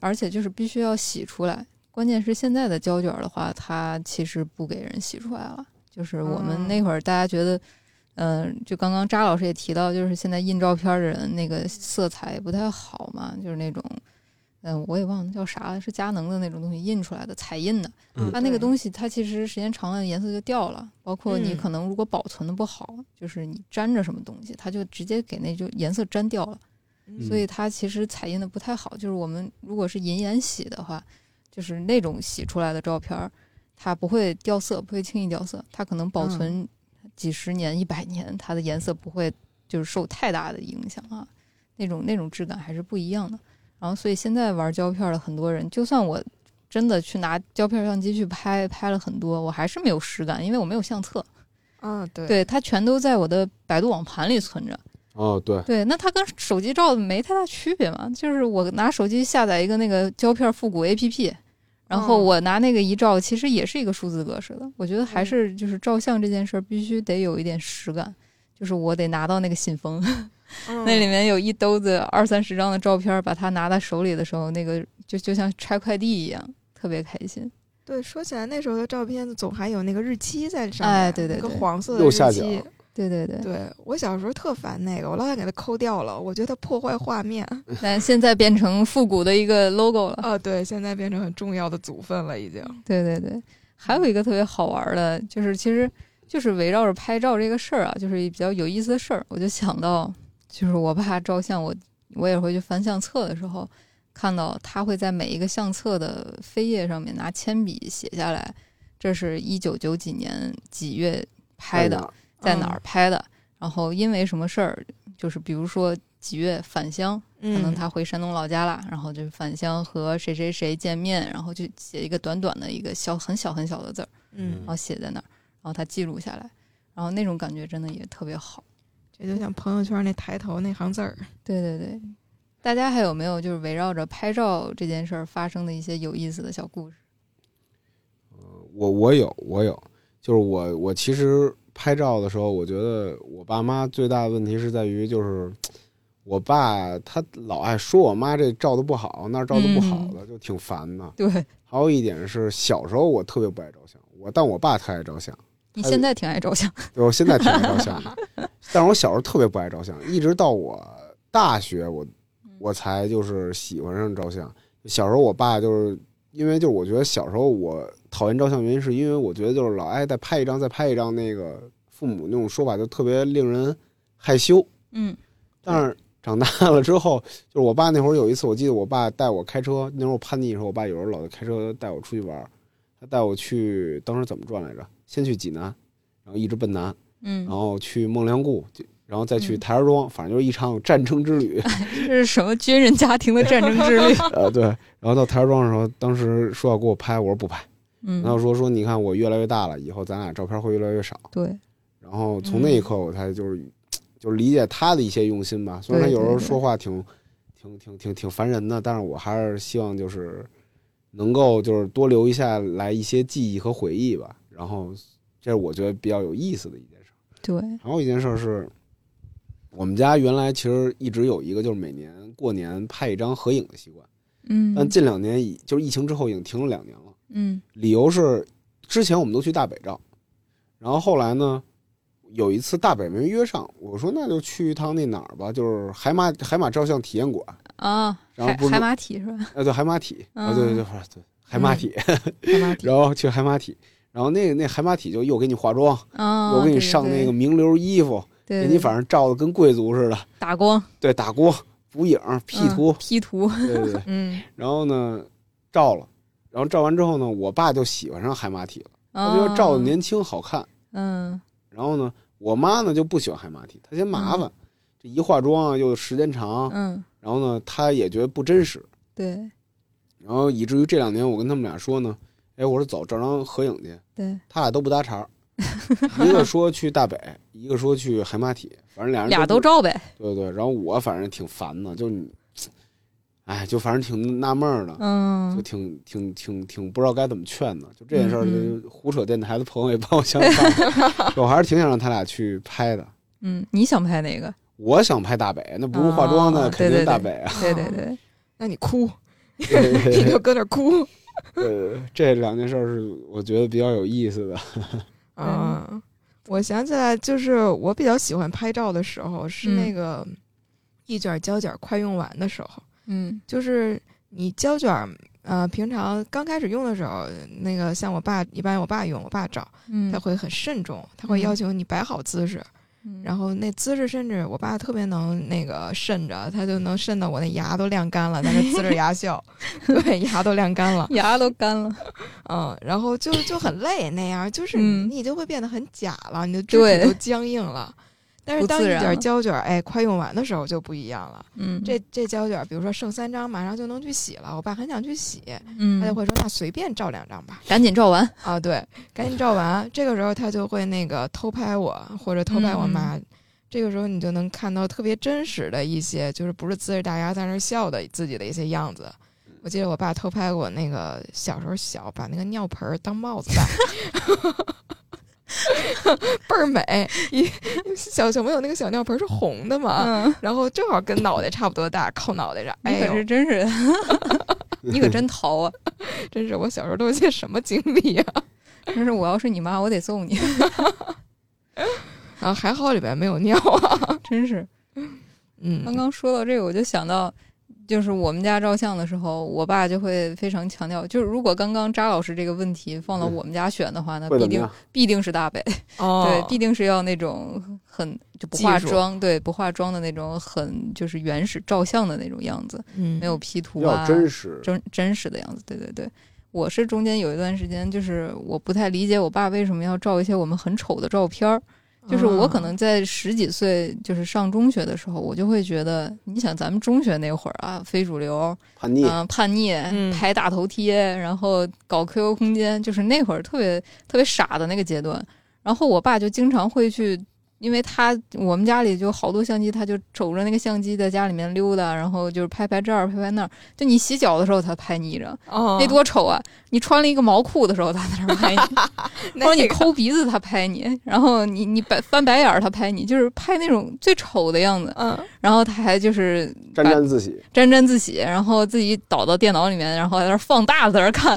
C: 而且就是必须要洗出来。关键是现在的胶卷儿的话，它其实不给人洗出来了。就是我们
B: 嗯
C: 那会儿大家觉得，嗯、就刚刚扎老师也提到，就是现在印照片儿的人那个色彩不太好嘛，就是那种，嗯、我也忘了叫啥了，是佳能的那种东西印出来的彩印的。
D: 嗯
C: 它那个东西，它其实时间长了颜色就掉了，包括你
B: 嗯
C: 可能如果保存的不好，就是你粘着什么东西，它就直接给那就颜色粘掉了。
B: 嗯
C: 所以它其实彩印的不太好。就是我们如果是银眼洗的话，就是那种洗出来的照片儿，它不会掉色，不会轻易掉色，它可能
B: 嗯
C: 保存几十年、一百年，它的颜色不会就是受太大的影响啊。那种那种质感还是不一样的。然后，所以现在玩胶片儿的很多人，就算我真的去拿胶片相机去拍，拍了很多，我还是没有实感，因为我没有相册。
B: 啊，对
C: 对，它全都在我的百度网盘里存着。
D: 哦，对，
C: 对，那它跟手机照的没太大区别嘛，就是我拿手机下载一个那个胶片复古 APP，然后
B: 嗯
C: 我拿那个一照，其实也是一个数字格式的。我觉得还是就是照相这件事儿必须得有一点实感，就是我得拿到那个信封， [laughs]
B: 嗯
C: 那里面有一兜子二三十张的照片，把它拿在手里的时候，那个就就像拆快递一样，特别开心。
B: 对，说起来那时候的照片总还有那个日期在上面，
C: 哎对对
B: 那个
C: 对
B: 黄色的
D: 右
B: 日
D: 下角
B: 期。
C: 对对对，
B: 对我小时候特烦那个，我老想给它抠掉了，我觉得它破坏画
D: [laughs]
B: 面。
C: 但现在变成复古的一个 logo 了。
B: 啊，对，现在变成很重要的组分了，已经。
C: 对对对，还有一个特别好玩儿的，就是其实就是围绕着拍照这个事儿啊，就是比较有意思的事儿，我就想到，就是我爸照相，我我也会去翻相册的时候，看到他会在每一个相册的扉页上面拿铅笔写下来，这是一九九几年几月拍的，在哪儿拍的，然后因为什么事儿，就是比如说几月返乡，
B: 嗯？
C: 可
B: 嗯，
C: 能他回山东老家啦，然后就返乡和谁谁谁见面，然后就写一个短短的一个小很小很小的字儿，
B: 嗯
C: 然，后写在那儿，然后他记录下来，然后那种感觉真的也特别好。
B: 这就像朋友圈那抬头那行字儿。
C: 对对对，大家还有没有就是围绕着拍照这件事儿发生的一些有意思的小故事？ [laughs]
D: 我我有我有，就是我我其实拍照的时候，我觉得我爸妈最大的问题是在于，就是我爸他老爱说我妈这照的不好，那儿照的不好的，就挺烦的。
C: 对
D: 还有一点是，小时候我特别不爱照相，我但我爸特爱照相，
C: 你
D: 还有
C: 现在挺爱照相，
D: 对我现在挺爱照相的，但是我小时候特别不爱照相，一直到我大学我我才就是喜欢上照相。小时候我爸就是因为就是我觉得小时候我讨厌照相原因是因为我觉得就是老爱再拍一张再拍一张那个。父母那种说法就特别令人害羞。
C: [laughs] 嗯
D: 但是长大了之后，就是我爸那会儿有一次，我记得我爸带我开车，那时候我叛逆的时候，我爸有时候老开车带我出去玩儿，他带我去当时怎么转来着？先去济南，然后一直奔南，
C: 嗯
D: 然，后去孟良崮，就然后再去
C: 嗯
D: 台儿庄，反正就是一场战争
C: [laughs]
D: 之旅。
C: 这是什么军人家庭的战争之旅？ [laughs]
D: 呃，对，然后到台儿庄的时候，当时说要给我拍，我说不拍，然后
C: 嗯，
D: 说说你看我越来越大了，以后咱俩照片会越来越少。
C: [laughs] 对，
D: 然后从那一
C: 嗯
D: 刻我才就是、就是理解他的一些用心吧。虽然他
C: 对
D: 有时候
C: 对对
D: 说话挺挺挺挺挺烦人的，但是我还是希望就是能够就是多留一下来一些记忆和回忆吧。然后这是我觉得比较有意思的一件事。
C: 对，
D: 还有一件事儿是，我们家原来其实一直有一个就是每年过年拍一张合影的习惯，
C: 嗯，
D: 但近两年已就是疫情之后已经停了两年了。
C: 嗯
D: 理由是之前我们都去大北照，然后后来呢，有一次大北没约上，我说那就去一趟那哪儿吧，就是
C: [laughs]
D: 海马海马照相体验馆，
C: 啊，
D: 然后
C: 海
D: 不是
C: 海马体是吧？
D: 啊对海马体，啊
C: 嗯
D: 对对对对海马体， [laughs]
C: 海马体
D: 然后去海马体，然后那那海马体就又给你化妆，
C: 啊，
D: 又给你
C: 对
D: 上那个，
C: 对
D: 名流衣服，
C: 对
D: 给
C: 对
D: 你
C: 对
D: 反正照的跟贵族似的，
C: 打光
D: 对打光补影 P
C: 嗯
D: 图，
C: P 图，
D: 对对对，
C: 嗯，
D: 然后呢照了，然后照完之后呢，我爸就喜欢上海马体了，他
C: 啊，
D: 觉得照的年轻好看。
C: 嗯
D: 然后呢，我妈呢就不喜欢海马体，她嫌麻烦，这一化妆啊又时间长，
C: 嗯，
D: 然后呢她也觉得不真实，
C: 对
D: 然后以至于这两年我跟他们俩说呢，哎，我说走，照张合影去，
C: 对，
D: 他俩都不搭
C: [laughs]
D: 茬儿，一个说去大北，一个说去海马体，反正俩人
C: 俩
D: 都
C: 都
D: 不
C: 照呗，
D: 对对，然后我反正挺烦的，就你，哎，就反正挺纳闷儿的。就
C: 嗯，
D: 挺挺挺挺不知道该怎么劝的，就这件事儿，
C: 嗯
D: 就胡扯电台的朋友也帮我想想
C: [laughs]
D: 办法，我还是挺想让他俩去拍的。
C: 嗯，你想拍哪个？
D: 我想拍大北，那不是化妆的，
C: 啊
D: 肯定是大北啊。
C: 对对对，
B: 那你哭，
D: 对
B: 你
C: [laughs]
D: 对
B: 就搁那儿 [laughs] 哭
D: [laughs] 对呃，这两件事儿是我觉得比较有意思的。
B: 啊！我想起来，就是我比较喜欢拍照的时候是
C: 嗯
B: 那个一卷儿胶卷儿快用完的时候，
C: 嗯
B: 就是你胶卷儿，呃，平常刚开始用的时候，那个像我爸，一般我爸用，我爸照，
C: 嗯
B: 他，会很慎重，他会
C: 嗯
B: 要求你摆好姿势，
C: 嗯
B: 然后那姿势甚至我爸特别能那个慎着，他就能慎到我那牙都亮干了，在那呲着牙
C: [laughs]
B: 笑，对，牙都亮干了，
C: 牙都干了，
B: [laughs] 嗯，然后就就很累那样，就是
C: 嗯
B: 你就会变得很假了，你的肢体
C: 对
B: 都僵硬了。但是
C: 不
B: 当一
C: 自然
B: 点
C: 了
B: 胶卷儿哎快用完的时候就不一样了，
C: 嗯，
B: 这这胶卷儿比如说剩三张，马上就能去洗了，我爸很想去洗，
C: 嗯
B: 他就会说那随便照两张吧。
C: 赶紧照完，
B: 啊，对，赶紧照完。这个时候他就会那个偷拍我或者偷拍
C: 嗯
B: 我妈，这个时候你就能看到特别真实的一些，就是不是呲着大牙在那儿笑的自己的一些样子。我记得我爸偷拍我那个小时候小，把那个尿盆儿当帽子
C: [laughs]
B: 戴，倍儿美。一小小朋友那个小尿盆儿是红的嘛，
C: 嗯，
B: 然后正好跟脑袋差不多大，扣脑袋上。
C: 你
B: 哎
C: 可是
B: 呦，
C: 真
B: [laughs]
C: 是，你可真淘啊！
B: 真是我小时候都有些什么经历啊！
C: 真是，我要是你妈，我得揍你，
B: 然后啊还好里边没有尿啊。
C: 真是。
B: 嗯，
C: 刚刚说到这个，我就想到，就是我们家照相的时候，我爸就会非常强调，就是如果刚刚扎老师这个问题放到我们家选的话，那
D: 嗯会
C: 必
D: 怎么
C: 定
D: 样？
C: 必定是大北，
B: 哦，
C: 对，必定是要那种很就不
B: 技
C: 化
B: 术
C: 妆，对，不化妆的那种很就是原始照相的那种样子，
B: 嗯
C: 没有 P 图
D: 要
C: 啊，
D: 真实，
C: 真真实的样子。对对对，我是中间有一段时间，就是我不太理解我爸为什么要照一些我们很丑的照片儿。
B: 啊
C: 就是我
B: 嗯
C: 可能在十几岁，就是上中学的时候，我就会觉得，你想咱们中学那会儿啊，非主流，
D: 叛逆
C: 嗯、。叛逆，
B: 嗯
C: 拍大头贴，然后搞 QQ 空间，就是那会儿特别特别傻的那个阶段。然后我爸就经常会去，因为他我们家里就好多相机，他就瞅着那个相机在家里面溜达，然后就是拍拍这儿，拍拍那儿。就你洗脚的时候，他拍你一张，
B: 哦，
C: 那多丑啊！你穿了一个毛裤的时候，他在那儿拍你。他
B: 那
C: 说你
B: 个
C: 抠鼻子，他拍你；然后你你白翻白眼儿，他拍你，就是拍那种最丑的样子。
B: 嗯
C: 然后他还就是
D: 沾沾自喜，
C: 沾沾自喜，然后自己倒到电脑里面，然后在那儿放大在那儿看，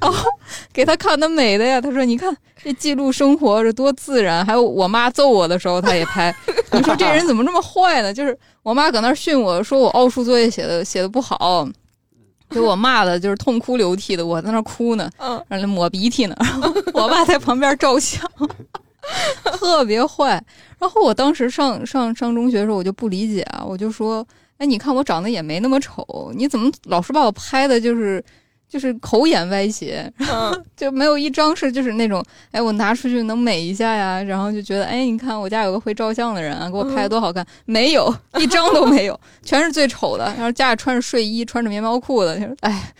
C: 然后给他看他美的呀。他说：“你看这记录生活这多自然。”还有我妈揍我的时候，他也拍。你说这人怎么这么坏呢？就是我妈搁那儿训我说我奥数作业写的写的不好，给我骂的就是痛哭流涕的，我在那儿哭呢， [laughs]
B: 嗯
C: 然后抹鼻涕呢，然后我爸在旁边照相。 [laughs] 特别坏。然后我当时上上上中学的时候，我就不理解啊，我就说，哎，你看我长得也没那么丑，你怎么老是把我拍的就是就是口眼歪斜，
B: 嗯
C: [laughs] 就没有一张是就是那种，哎，我拿出去能美一下呀，然后就觉得，哎，你看我家有个会照相的人啊，给我拍的多好看，没有一张都没有，全是最丑的。然后家里穿着睡衣，穿着棉毛裤的，就是哎，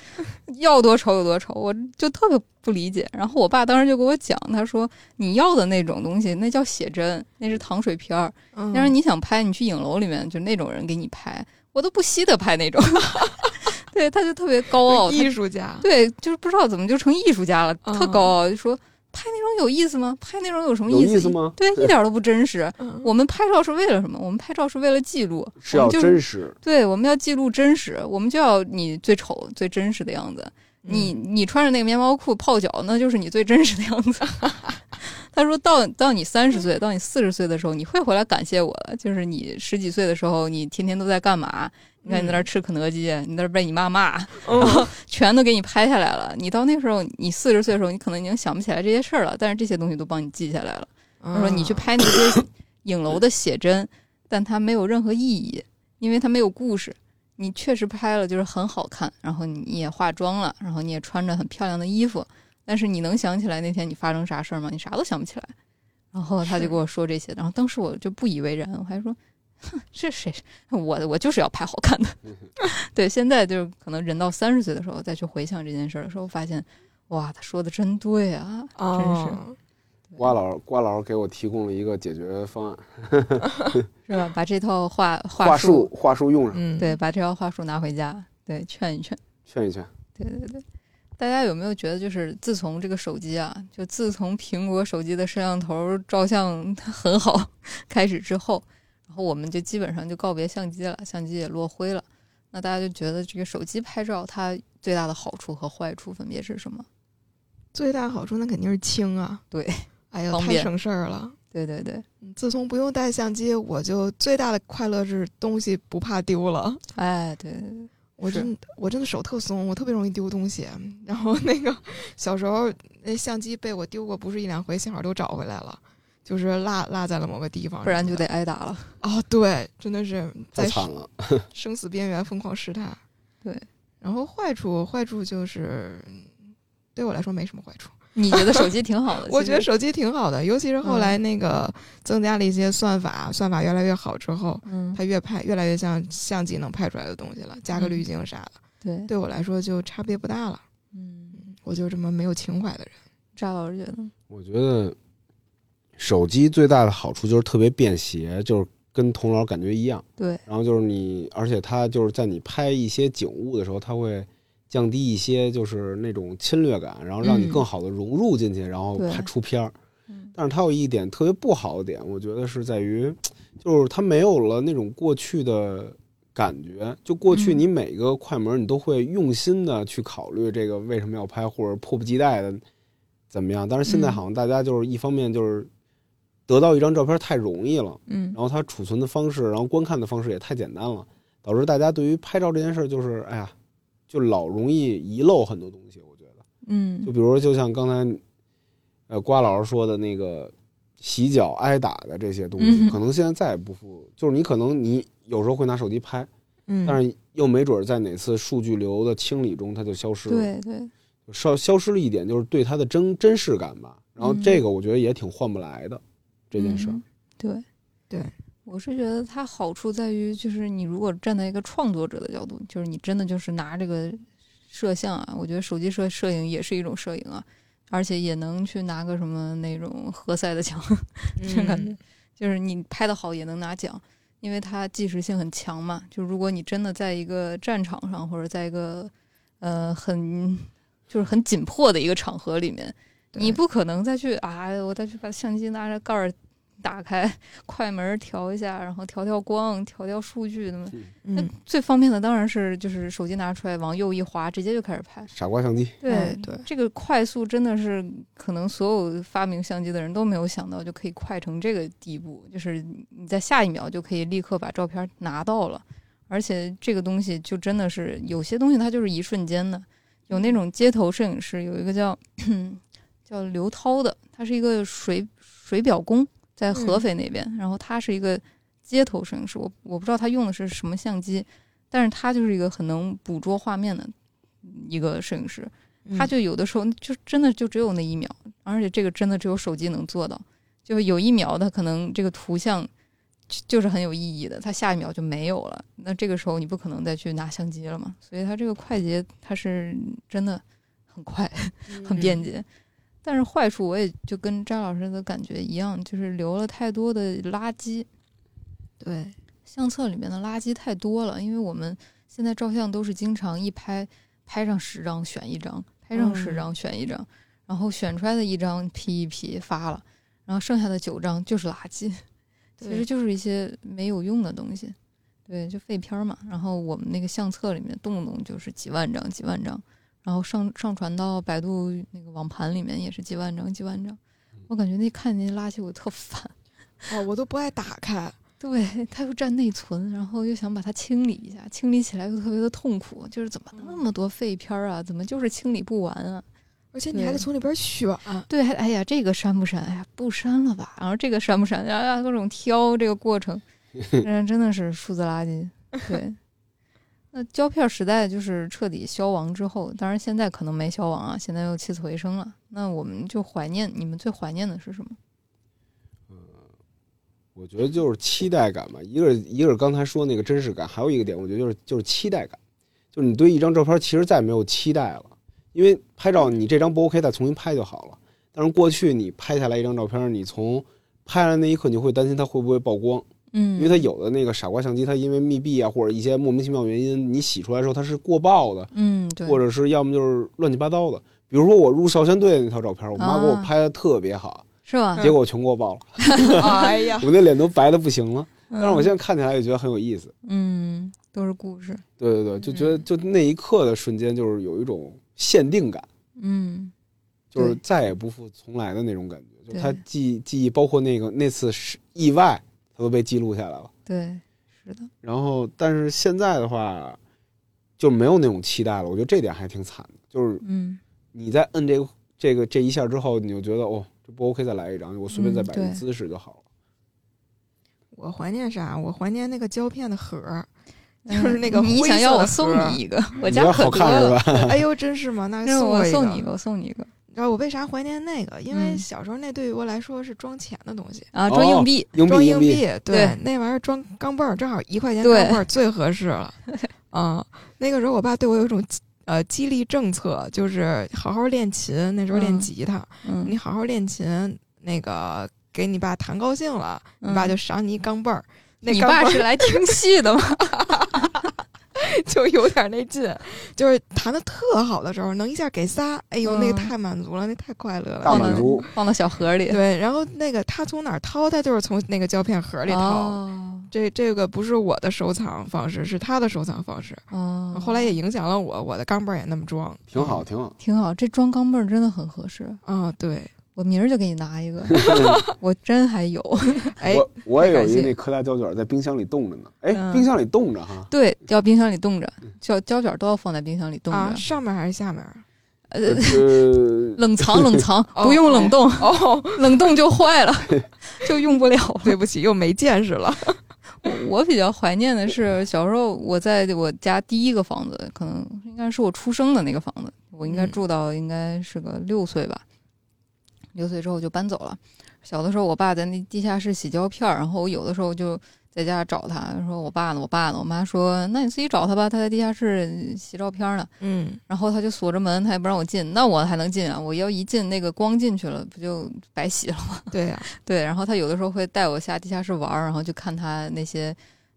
C: 要多丑有多丑，我就特别不理解。然后我爸当时就给我讲，他说你要的那种东西，那叫写真，那是糖水片儿。
B: 嗯，
C: 要是你想拍，你去影楼里面，就那种人给你拍，我都不惜得拍那种。 [laughs] 对，他就特别高傲，他
B: 艺术家，
C: 对，就是不知道怎么就成艺术家了，
B: 嗯
C: 特高傲，就说拍那种有意思吗？拍那种有什么
D: 有
C: 意思？
D: 意思吗？
C: 对，一点
D: [laughs]
C: 儿都不真实。
B: 嗯
C: 我们拍照是为了什么？我们拍照是为了记录，
D: 是
C: 我
D: 要
C: 们就是
D: 真实，
C: 对，我们要记录真实，我们就要你最丑、最真实的样子。
B: 嗯
C: 你你穿着那个棉毛裤泡脚，那就是你最真实的样子。 [laughs] 他说到到你三十岁，到你四十岁的时候，你会回来感谢我的。就是你十几岁的时候，你天天都在干嘛？你看你在那儿吃肯德基，你在那儿被你妈骂，然后全都给你拍下来了。你到那时候，你四十岁的时候，你可能已经想不起来这些事儿了，但是这些东西都帮你记下来了。他说
B: 嗯
C: 你去拍那些影楼的写真，但它没有任何意义，因为它没有故事。你确实拍了就是很好看，然后你也化妆了，然后你也穿着很漂亮的衣服，但是你能想起来那天你发生啥事儿吗？你啥都想不起来。然后他就跟我说这些，然后当时我就不以为然，我还说。哼，这谁？我我就是要拍好看的。 [laughs] 对，现在就是可能人到三十岁的时候再去回想这件事儿的时候，发现，哇，他说的真对啊，真
B: 哦，
D: 瓜老瓜老给我提供了一个解决方案，
C: 是是吧？把这套话
D: 话
C: 话
D: 术话术用上，
B: 嗯，
C: 对，，把这套话术拿回家，对，劝一劝。
D: 劝一劝。
C: 对对对，大家有没有觉得，就是自从这个手机啊，就自从苹果手机的摄像头照相 [laughs] 很好开始之后，然后我们就基本上就告别相机了，相机也落灰了。那大家就觉得这个手机拍照它最大的好处和坏处分别是什么？
B: 最大好处那肯定是轻啊，
C: 对，
B: 哎呀，
C: 方
B: 太
C: 便
B: 省事儿了。嗯
C: 对对对，
B: 自从不用带相机，我就最大的快乐是东西不怕丢了。
C: 哎，对对对，
B: 我
C: 是
B: 真我真的手特松，我特别容易丢东西。然后那个小时候那相机被我丢过不是一两回，幸好都找回来了，就是落落在了某个地方，
C: 不然就得挨打了。 [laughs]
B: 哦，对，真的是
D: 太
B: 在
D: 惨啊了，
B: 生死边缘疯狂试探。
C: 对，
B: 然后坏处坏处就是对我来说没什么坏处。？
C: 你觉得手机挺好的
B: [laughs]
C: 嗯
B: 我
C: 其
B: 觉得
C: 实
B: 手机挺好的，尤其是后来那个增加了一些算法，算法越来越好之后，
C: 嗯，
B: 它越拍越来越像相机能拍出来的东西了，加个
C: 嗯
B: 滤镜啥的，
C: 对，
B: 对我来说就差别不大了。
C: 嗯，
B: 我就这么没有情怀的人，
C: 扎老师觉得呢，
D: 我觉得手机最大的好处就是特别便携，就是跟童老感觉一样。
C: 对，
D: 然后就是你，而且它就是在你拍一些景物的时候，它会降低一些就是那种侵略感，然后让你
C: 嗯
D: 更好的融入进去，然后
C: 对
D: 拍出片儿。
C: 嗯
D: 但是它有一点特别不好的点，我觉得是在于，就是它没有了那种过去的感觉。就过去
C: 嗯
D: 你每个快门，你都会用心的去考虑这个为什么要拍，或者迫不及待的怎么样。但是现在
C: 嗯
D: 好像大家就是一方面就是得到一张照片太容易了，
C: 嗯
D: 然，后它储存的方式，然后观看的方式也太简单了，导致大家对于拍照这件事儿就是哎呀，就老容易遗漏很多东西。我觉得。
C: 嗯，
D: 就比如说，就像刚才，呃，瓜老师说的那个洗脚挨打的这些东西，
C: 嗯
D: 可能现在再也不复，就是你可能你有时候会拿手机拍，
B: 嗯
D: 但是又没准儿在哪次数据流的清理中它就消失了，
C: 对对，
D: 消消失了一点，就是对它的真真实感吧。然后
C: 嗯
D: 这个我觉得也挺换不来的这件事儿，
C: 嗯对
B: 对，
C: 我是觉得它好处在于，就是你如果站在一个创作者的角度，就是你真的就是拿这个摄像啊，我觉得手机摄摄影也是一种摄影啊，而且也能去拿个什么那种荷赛的奖，
D: 嗯
C: 这种
B: 嗯
C: 感觉就是你拍的好也能拿奖，因为它即时性很强嘛。就如果你真的在一个战场上，或者在一个呃很就是很紧迫的一个场合里面，
B: 对
C: 你不可能再去啊，我再去把相机拿着盖儿打开，快门调一下，然后调调光，调调数据那么。那
B: 嗯，
C: 最方便的当然是就是手机拿出来往右一滑，直接就开始拍。
D: 傻瓜相机。
B: 哎
C: 对
B: 对
C: 这个快速真的是可能所有发明相机的人都没有想到，就可以快成这个地步，就是你在下一秒就可以立刻把照片拿到了，而且这个东西就真的是有些东西它就是一瞬间的，有那种街头摄影师，有一个叫 [clears throat] 叫刘涛的，他是一个水水表工，在合肥那边。然后他是一个街头摄影师，我我不知道他用的是什么相机，但是他就是一个很能捕捉画面的一个摄影师。
B: 嗯
C: 他就有的时候就真的就只有那一秒，而且这个真的只有手机能做到，就是有一秒它可能这个图像就就是很有意义的，它下一秒就没有了。那这个时候你不可能再去拿相机了嘛，所以它这个快捷它是真的很快
B: 嗯
C: 很便捷。但是坏处我也就跟张老师的感觉一样，就是留了太多的垃圾，
B: 对，
C: 相册里面的垃圾太多了，因为我们现在照相都是经常一拍拍上十张选一张，拍上十张选一张，然后选出来的一张 P 一 P 发了，然后剩下的九张就是垃圾，其
B: 对
C: 实就是一些没有用的东西，对，就废片儿嘛。然后我们那个相册里面动不动就是几万张几万张，然后上上传到百度那个网盘里面也是几万张几万张，我感觉那看那垃圾我特烦。
B: 哦，我都不爱打开，
C: 对， [laughs] 它又占内存，然后又想把它清理一下，清理起来又特别的痛苦，就是怎么那
D: 嗯
C: 么多废片儿啊？怎么就是清理不完啊？
B: 而且你还得
C: 对
B: 从里边选。
C: 对，还哎呀，这个删不删？哎呀，不删了吧。然后这个删不删？哎呀，各种挑这个过
D: [laughs]
C: 程，嗯，真的是数字垃圾。对，那胶片时代就是彻底消亡之后，当然现在可能没消亡啊，现在又起死回生了。那我们就怀念，你们最怀念的是什么？
D: 我觉得就是期待感吧，一个是一个是刚才说那个真实感，还有一个点，我觉得就是就是期待感，就是你对一张照片其实再没有期待了，因为拍照你这张不 OK 再重新拍就好了。但是过去你拍下来一张照片，你从拍来那一刻你会担心它会不会曝光，
C: 嗯，
D: 因为它有的那个傻瓜相机，它因为密闭啊或者一些莫名其妙原因，你洗出来的时候它是过曝的，
C: 嗯，对，
D: 或者是要么就是乱七八糟的。比如说我入少先队那套照片，我妈给我
C: 啊
D: 拍的特别好，
C: 是吧？
D: 结果我全过曝了，
B: [laughs] 哎呀，
D: 我那脸都白的不行了。
C: 但
D: 但是我现在看起来也觉得很有意思。
C: 嗯，都是故事。
D: 对对对，就觉得
C: 嗯
D: 就那一刻的瞬间，就是有一种限定感，
C: 嗯
D: 就是
C: 对
D: 再也不复从来的那种感觉。就是
C: 对
D: 他记记忆，包括那个那次是意外，他都被记录下来了。，
C: 对，是的，
D: 然后，但是现在的话，就没有那种期待了。我觉得这点还挺惨的，就是
C: 嗯，
D: 你在摁这个这个这一下之后，你就觉得哦，这不 OK，再来一张，我随便再摆
C: 嗯
D: 一
C: 对
D: 姿势就好了。
B: [laughs] 我怀念啥？我怀念那个胶片的盒儿，就
C: 嗯
B: 是那个
C: 你
B: 灰
C: 想
B: 色
C: 要我
B: 的
C: 送
B: 盒儿
C: 你一个，我
D: 你
C: 家
D: 觉得
C: 可多
D: 好看是
C: 了，
D: 吧？
B: 哎呦，真是吗？那
C: 让我
B: 我一
C: 送
B: 个
C: 你一个，我送你一个
B: 你知道我为啥怀念那个？因为
C: 嗯
B: 小时候那对于我来说是装钱的东西，
C: 啊，装
D: 哦
C: 硬币，
D: 硬
B: 装
D: 币
B: 硬
D: 币，
B: 对
C: 对，
B: 那玩意儿装钢镚儿，正好一块钱钢
C: 对
B: 镚儿最合适 [laughs] 了。啊，那个时候我爸对我有一种呃激励政策，就是好好练琴。那时候练
C: 嗯
B: 吉他，
C: 嗯
B: 你好好练琴，那个给你爸弹高兴了，你爸
C: 嗯
B: 就赏你一钢镚儿。那
C: 你
B: 钢镚
C: 爸
B: 儿 [laughs]
C: 是来听戏的吗？
B: 就有点那劲，就是弹的特好的时候，能一下给仨，哎呦，那个
C: 嗯
B: 太满足了，那太快乐了。
D: 大
C: 放
D: 满
C: 到
D: 足
C: 嗯放到小盒里，
B: 对，然后那个他从哪儿掏，他就是从那个胶片盒里掏。
C: 哦
B: 这这个不是我的收藏方式，是他的收藏方式。
C: 哦，
B: 后来也影响了我，我的钢镚儿也那么装，
D: 挺好，挺好。
C: 挺好，这装钢镚儿真的很合适，
B: 啊、
D: [laughs]
B: 对，
C: 我明儿就给你拿一个，我真还有， [laughs]
B: 哎，
D: 我我也有
C: 太
D: 一
C: 感谢
D: 那科大胶卷在冰箱里冻着呢，哎，
C: 嗯
D: 冰箱里冻着哈，
C: 对，要冰箱里冻着，胶胶卷都要放在冰箱里冻
B: 啊，
C: 着，
B: 上面还是下面？啊 [laughs]
C: 呃，
D: 呃，
C: [laughs] 冷藏冷藏，
B: 哦
C: 不用冷冻，
B: 哦，
C: 冷冻就坏了，就用不了了。
B: 对不起，又没见识了。
C: 我比较怀念的是小时候我在我家第一个房子，可能应该是我出生的那个房子，我应该
B: 嗯
C: 住到应该是个六岁吧。六岁之后就搬走了。小的时候，我爸在那地下室洗胶片儿，然后我有的时候就在家找他，说我爸呢，我爸呢。我妈说：“那你自己找他吧，他在地下室洗照片呢。”
B: 嗯，
C: 然后他就锁着门，他也不让我进。那我还能进啊？我要一进，那个光进去了，不就白洗了吗？
B: 对啊呀、
C: 对，然后他有的时候会带我下地下室玩儿，然后就看他那些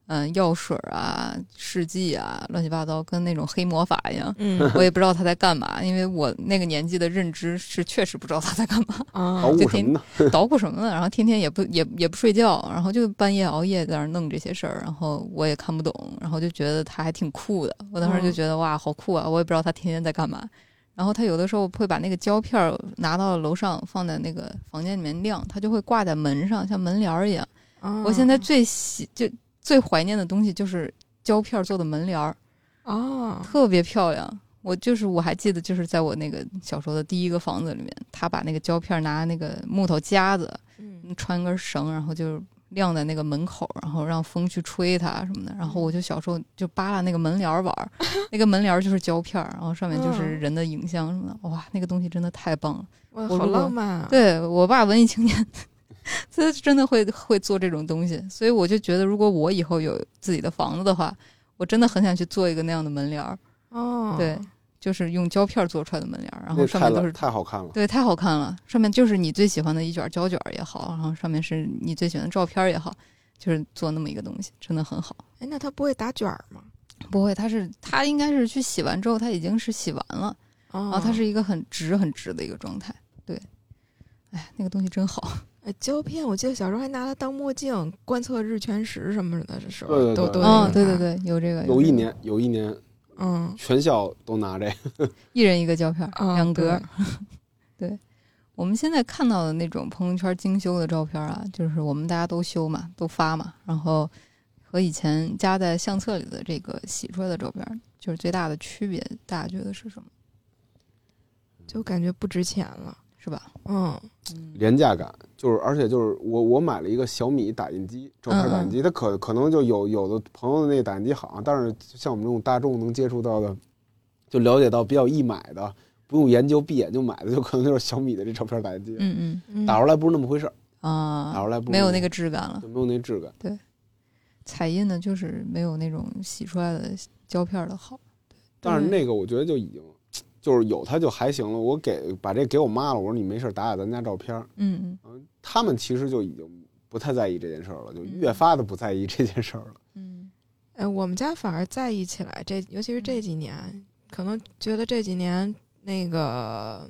C: 嗯药水儿啊、试剂啊，乱七八糟，跟那种黑魔法一样。
B: 嗯
C: 我也不知道他在干嘛，因为我那个年纪的认知是确实不知道他在干嘛，
B: 啊
D: 捣，鼓
C: 就
D: 什
C: 天
D: 么呢？
C: 捣鼓什么呢？然后天天也不也也不睡觉，然后就半夜熬夜在那儿弄这些事儿，然后我也看不懂，然后就觉得他还挺酷的。我当时就
B: 嗯
C: 觉得哇，好酷啊！我也不知道他天天在干嘛。然后他有的时候会把那个胶片儿拿到楼上，放在那个房间里面晾，他就会挂在门上，像门帘儿一样。
B: 啊
C: 我现在最喜就最怀念的东西就是胶片做的门帘儿，
B: 啊，
C: 特别漂亮。我就是我还记得，就是在我那个小时候的第一个房子里面，他把那个胶片拿那个木头夹子，
B: 嗯
C: 穿根绳，然后就晾在那个门口，然后让风去吹它什么的。然后
D: 嗯
C: 我就小时候就扒拉那个门帘儿玩儿， [laughs] 那个门帘儿就是胶片儿，然后上面就是
B: 嗯
C: 人的影像什么的。哇，那个东西真的太棒了！
B: 哇，
C: 我
B: 好
C: 如果
B: 浪漫
D: 嗯
B: 啊！
C: 对我爸文艺青年， [laughs] 他真的会会做这种东西，所以我就觉得，如果我以后有自己的房子的话，我真的很想去做一个那样的门帘儿，
B: 哦，
C: 对，就是用胶片儿做出来的门帘儿，然后
D: 那
C: 上
D: 太
C: 面都
D: 了
C: 是
D: 太好看了。
C: 对，太好看了。上面就是你最喜欢的一卷胶卷也好，然后上面是你最喜欢的照片也好，就是做那么一个东西，真的很好。
B: 哎，那它不会打卷儿吗？
C: 不会，它是它应该是去洗完之后，它已经是洗完了，然后
B: 哦，
C: 它是一个很直很直的一个状态。对，哎，那个东西真好。
B: 呃胶片，我记得小时候还拿它当墨镜观测日全食什么的，这时候
D: 对对
B: 都
D: 对
B: 都
C: 嗯、
B: 有
C: 对对
B: 拿，
C: 对，有这个。
D: 有
C: 这
D: 一
C: 个，
D: 年，有一年，
B: 嗯
D: 全校都拿这个。
C: 嗯一人一个胶片，
B: 啊
C: 两格。对，我们现在看到的那种朋友圈精修的照片啊，就是我们大家都修嘛，都发嘛，然后和以前夹在相册里的这个洗出来的照片，就是最大的区别，大家觉得是什么？
B: 就感觉不值钱了，
C: 是吧？
B: 嗯，
D: 廉价感，就是而且就是我我买了一个小米打印机，照片打
C: 嗯
D: 印机，它可可能就有有的朋友的那个打印机好，啊但是像我们这种大众能接触到的，就了解到比较易买的，不用研究闭眼就买的，就可能就是小米的这照片打印机，
C: 嗯
B: 嗯
D: 打出来不是那么回事儿，
C: 嗯
D: 打
C: 啊，
D: 出来不是
C: 没有那
D: 么
C: 个质感了
D: 就。没有那质感。
C: 彩印呢，就是没有那种洗出来的胶片的好。
D: 但
C: 嗯
D: 是那个我觉得就已经就是有它就还行了。我给把这给我妈了，我说你没事儿打打咱家照片儿，
C: 嗯嗯
D: 他们其实就已经不太在意这件事儿了，就
C: 嗯
D: 越发的不在意这件事儿了。
C: 嗯，
B: 哎，我们家反而在意起来，这尤其是这几年，可能觉得这几年那个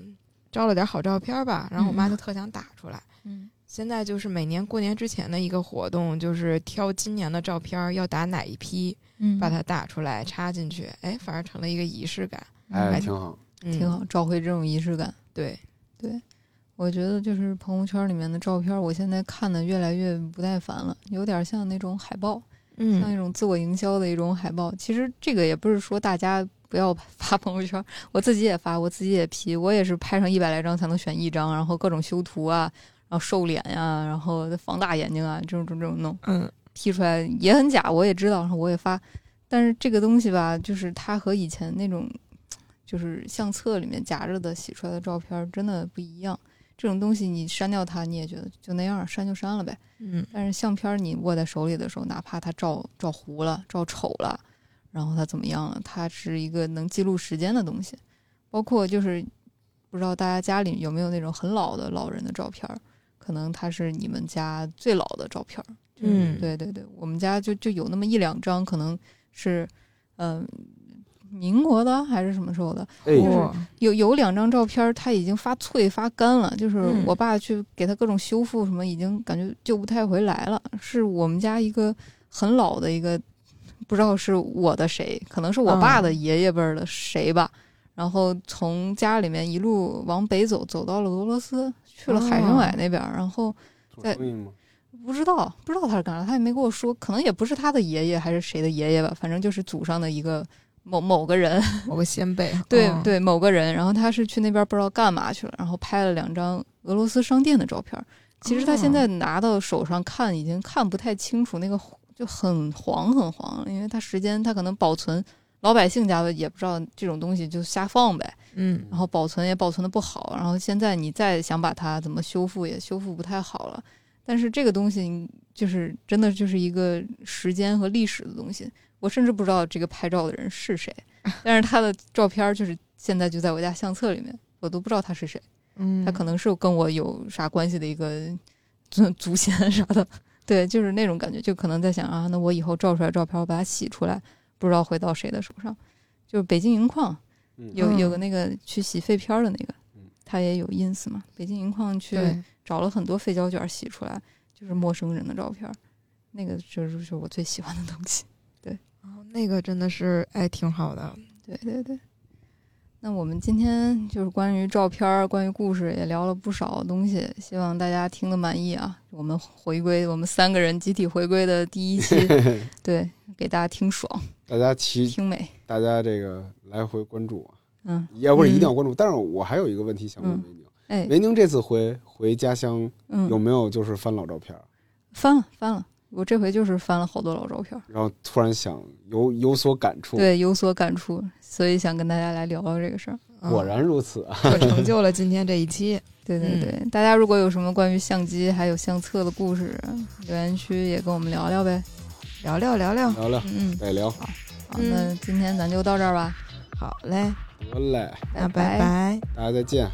B: 照了点好照片吧，然后我
C: 嗯
B: 妈就特想打出来。
C: 嗯
B: 现在就是每年过年之前的一个活动，就是挑今年的照片儿要打哪一批，
C: 嗯，
B: 把它打出来插进去，哎，反而成了一个仪式感，
D: 哎，
C: 还
D: 挺好。
B: 嗯、
C: 挺。好，找回这种仪式感。
B: 对，
C: 我觉得就是朋友圈里面的照片，我现在看的越来越不耐烦了，有点像那种海报，像一
B: 嗯，
C: 种自我营销的一种海报。其实这个也不是说大家不要 [laughs] 发朋友圈，我自己也发，我自己也 P，我也是拍上一百来张才能选一张，然后各种修图啊，然后瘦脸呀、然后放大眼睛啊，这种这种这种弄。
B: 嗯，
C: P 出来也很假，我也知道，然后我也发，但是这个东西吧，就是它和以前那种就是相册里面夹着的洗出来的照片儿真的不一样。这种东西你删掉它，你也觉得就那样儿，删就删了呗。
B: 嗯，
C: 但是相片儿你握在手里的时候，哪怕它照照糊了、照丑了，然后它怎么样了，它是一个能记录时间的东西。包括就是不知道大家家里有没有那种很老的老人的照片儿，可能它是你们家最老的照片儿。
B: 嗯
C: 对对对，我们家就就有那么一两张，可能是嗯、民国的还是什么时候的，
D: 哎，
C: 就是
B: 哇
C: 有有两张照片，它已经发脆发干了，就是
B: 嗯
C: 我爸去给它各种修复什么，已经感觉救不太回来了。是我们家一个很老的一个，不知道是我的谁，可能是我爸
B: 嗯
C: 的爷爷辈儿的谁吧。然后从家里面一路往北走，走到了俄罗斯，去了海
B: 哦
C: 参崴那边儿，然后
D: 做生意吗？
C: 不知道，不知道他是干啥，他也没跟我说，可能也不是他的爷爷还是谁的爷爷吧，反正就是祖上的一个某某个人，
B: 某个先辈，
C: 对、
B: 哦，
C: 对，某个人。然后他是去那边不知道干嘛去了，然后拍了两张俄罗斯商店的照片。其实他现在拿到手上看，已经看不太清楚，那个就很黄很黄，因为他时间他可能保存，老百姓家的也不知道这种东西就瞎放呗，
B: 嗯
C: 然后保存也保存的不好，然后现在你再想把它怎么修复也修复不太好了。但是这个东西就是真的就是一个时间和历史的东西，我甚至不知道这个拍照的人是谁，但是他的照片就是现在就在我家相册里面，我都不知道他是谁，
B: 嗯，
C: 他可能是跟我有啥关系的一个 [laughs] 祖祖先啊啥的，对，就是那种感觉，就可能在想啊，那我以后照出来照片，我把它洗出来，不知道会到谁的手上，就是北京银矿。
D: 嗯
C: 有有
B: 嗯
C: 个那个去洗废片儿的那个
D: 嗯，
C: 他也有 ins 嘛。北京银矿去
B: 对，
C: 找了很多废胶卷儿洗出来，就是陌生人的照片儿，那个就是就是我最喜欢的东西。
B: 哦那个真的是哎挺好的，
C: 对对对。那我们今天就是关于照片儿、关于故事也聊了不少东西，希望大家听得满意啊！我们回归，我们三个人集体回归的第一期，对，给大家听爽、
D: 大家其
C: 听美。
D: 大家这个来回关注啊，
C: 嗯，
D: 要不然一定要关注。但是我还有一个问题想问
C: 嗯
D: 维宁，
C: 哎，
D: 维宁这次回回家乡有
C: 嗯，
D: 没有就是翻老照片儿，
C: 翻了翻了，我这回就是翻了好多老照片儿，
D: 然后突然想有有所感触？
C: 对，有所感触，所以想跟大家来聊聊这个事儿。
B: 嗯
D: 果然如此啊！
B: 可成就了今天这一期。
C: 对对
B: 嗯
C: 对，大家如果有什么关于相机还有相册的故事，留言区也跟我们聊聊呗。
B: 聊聊聊聊，
D: 聊聊，
B: 嗯，
D: 再聊，
C: 好，
B: 嗯
C: 那今天咱就到这儿吧，
B: 好嘞，
D: 得嘞，
B: 那
C: 拜
B: 拜。
D: 大家再见。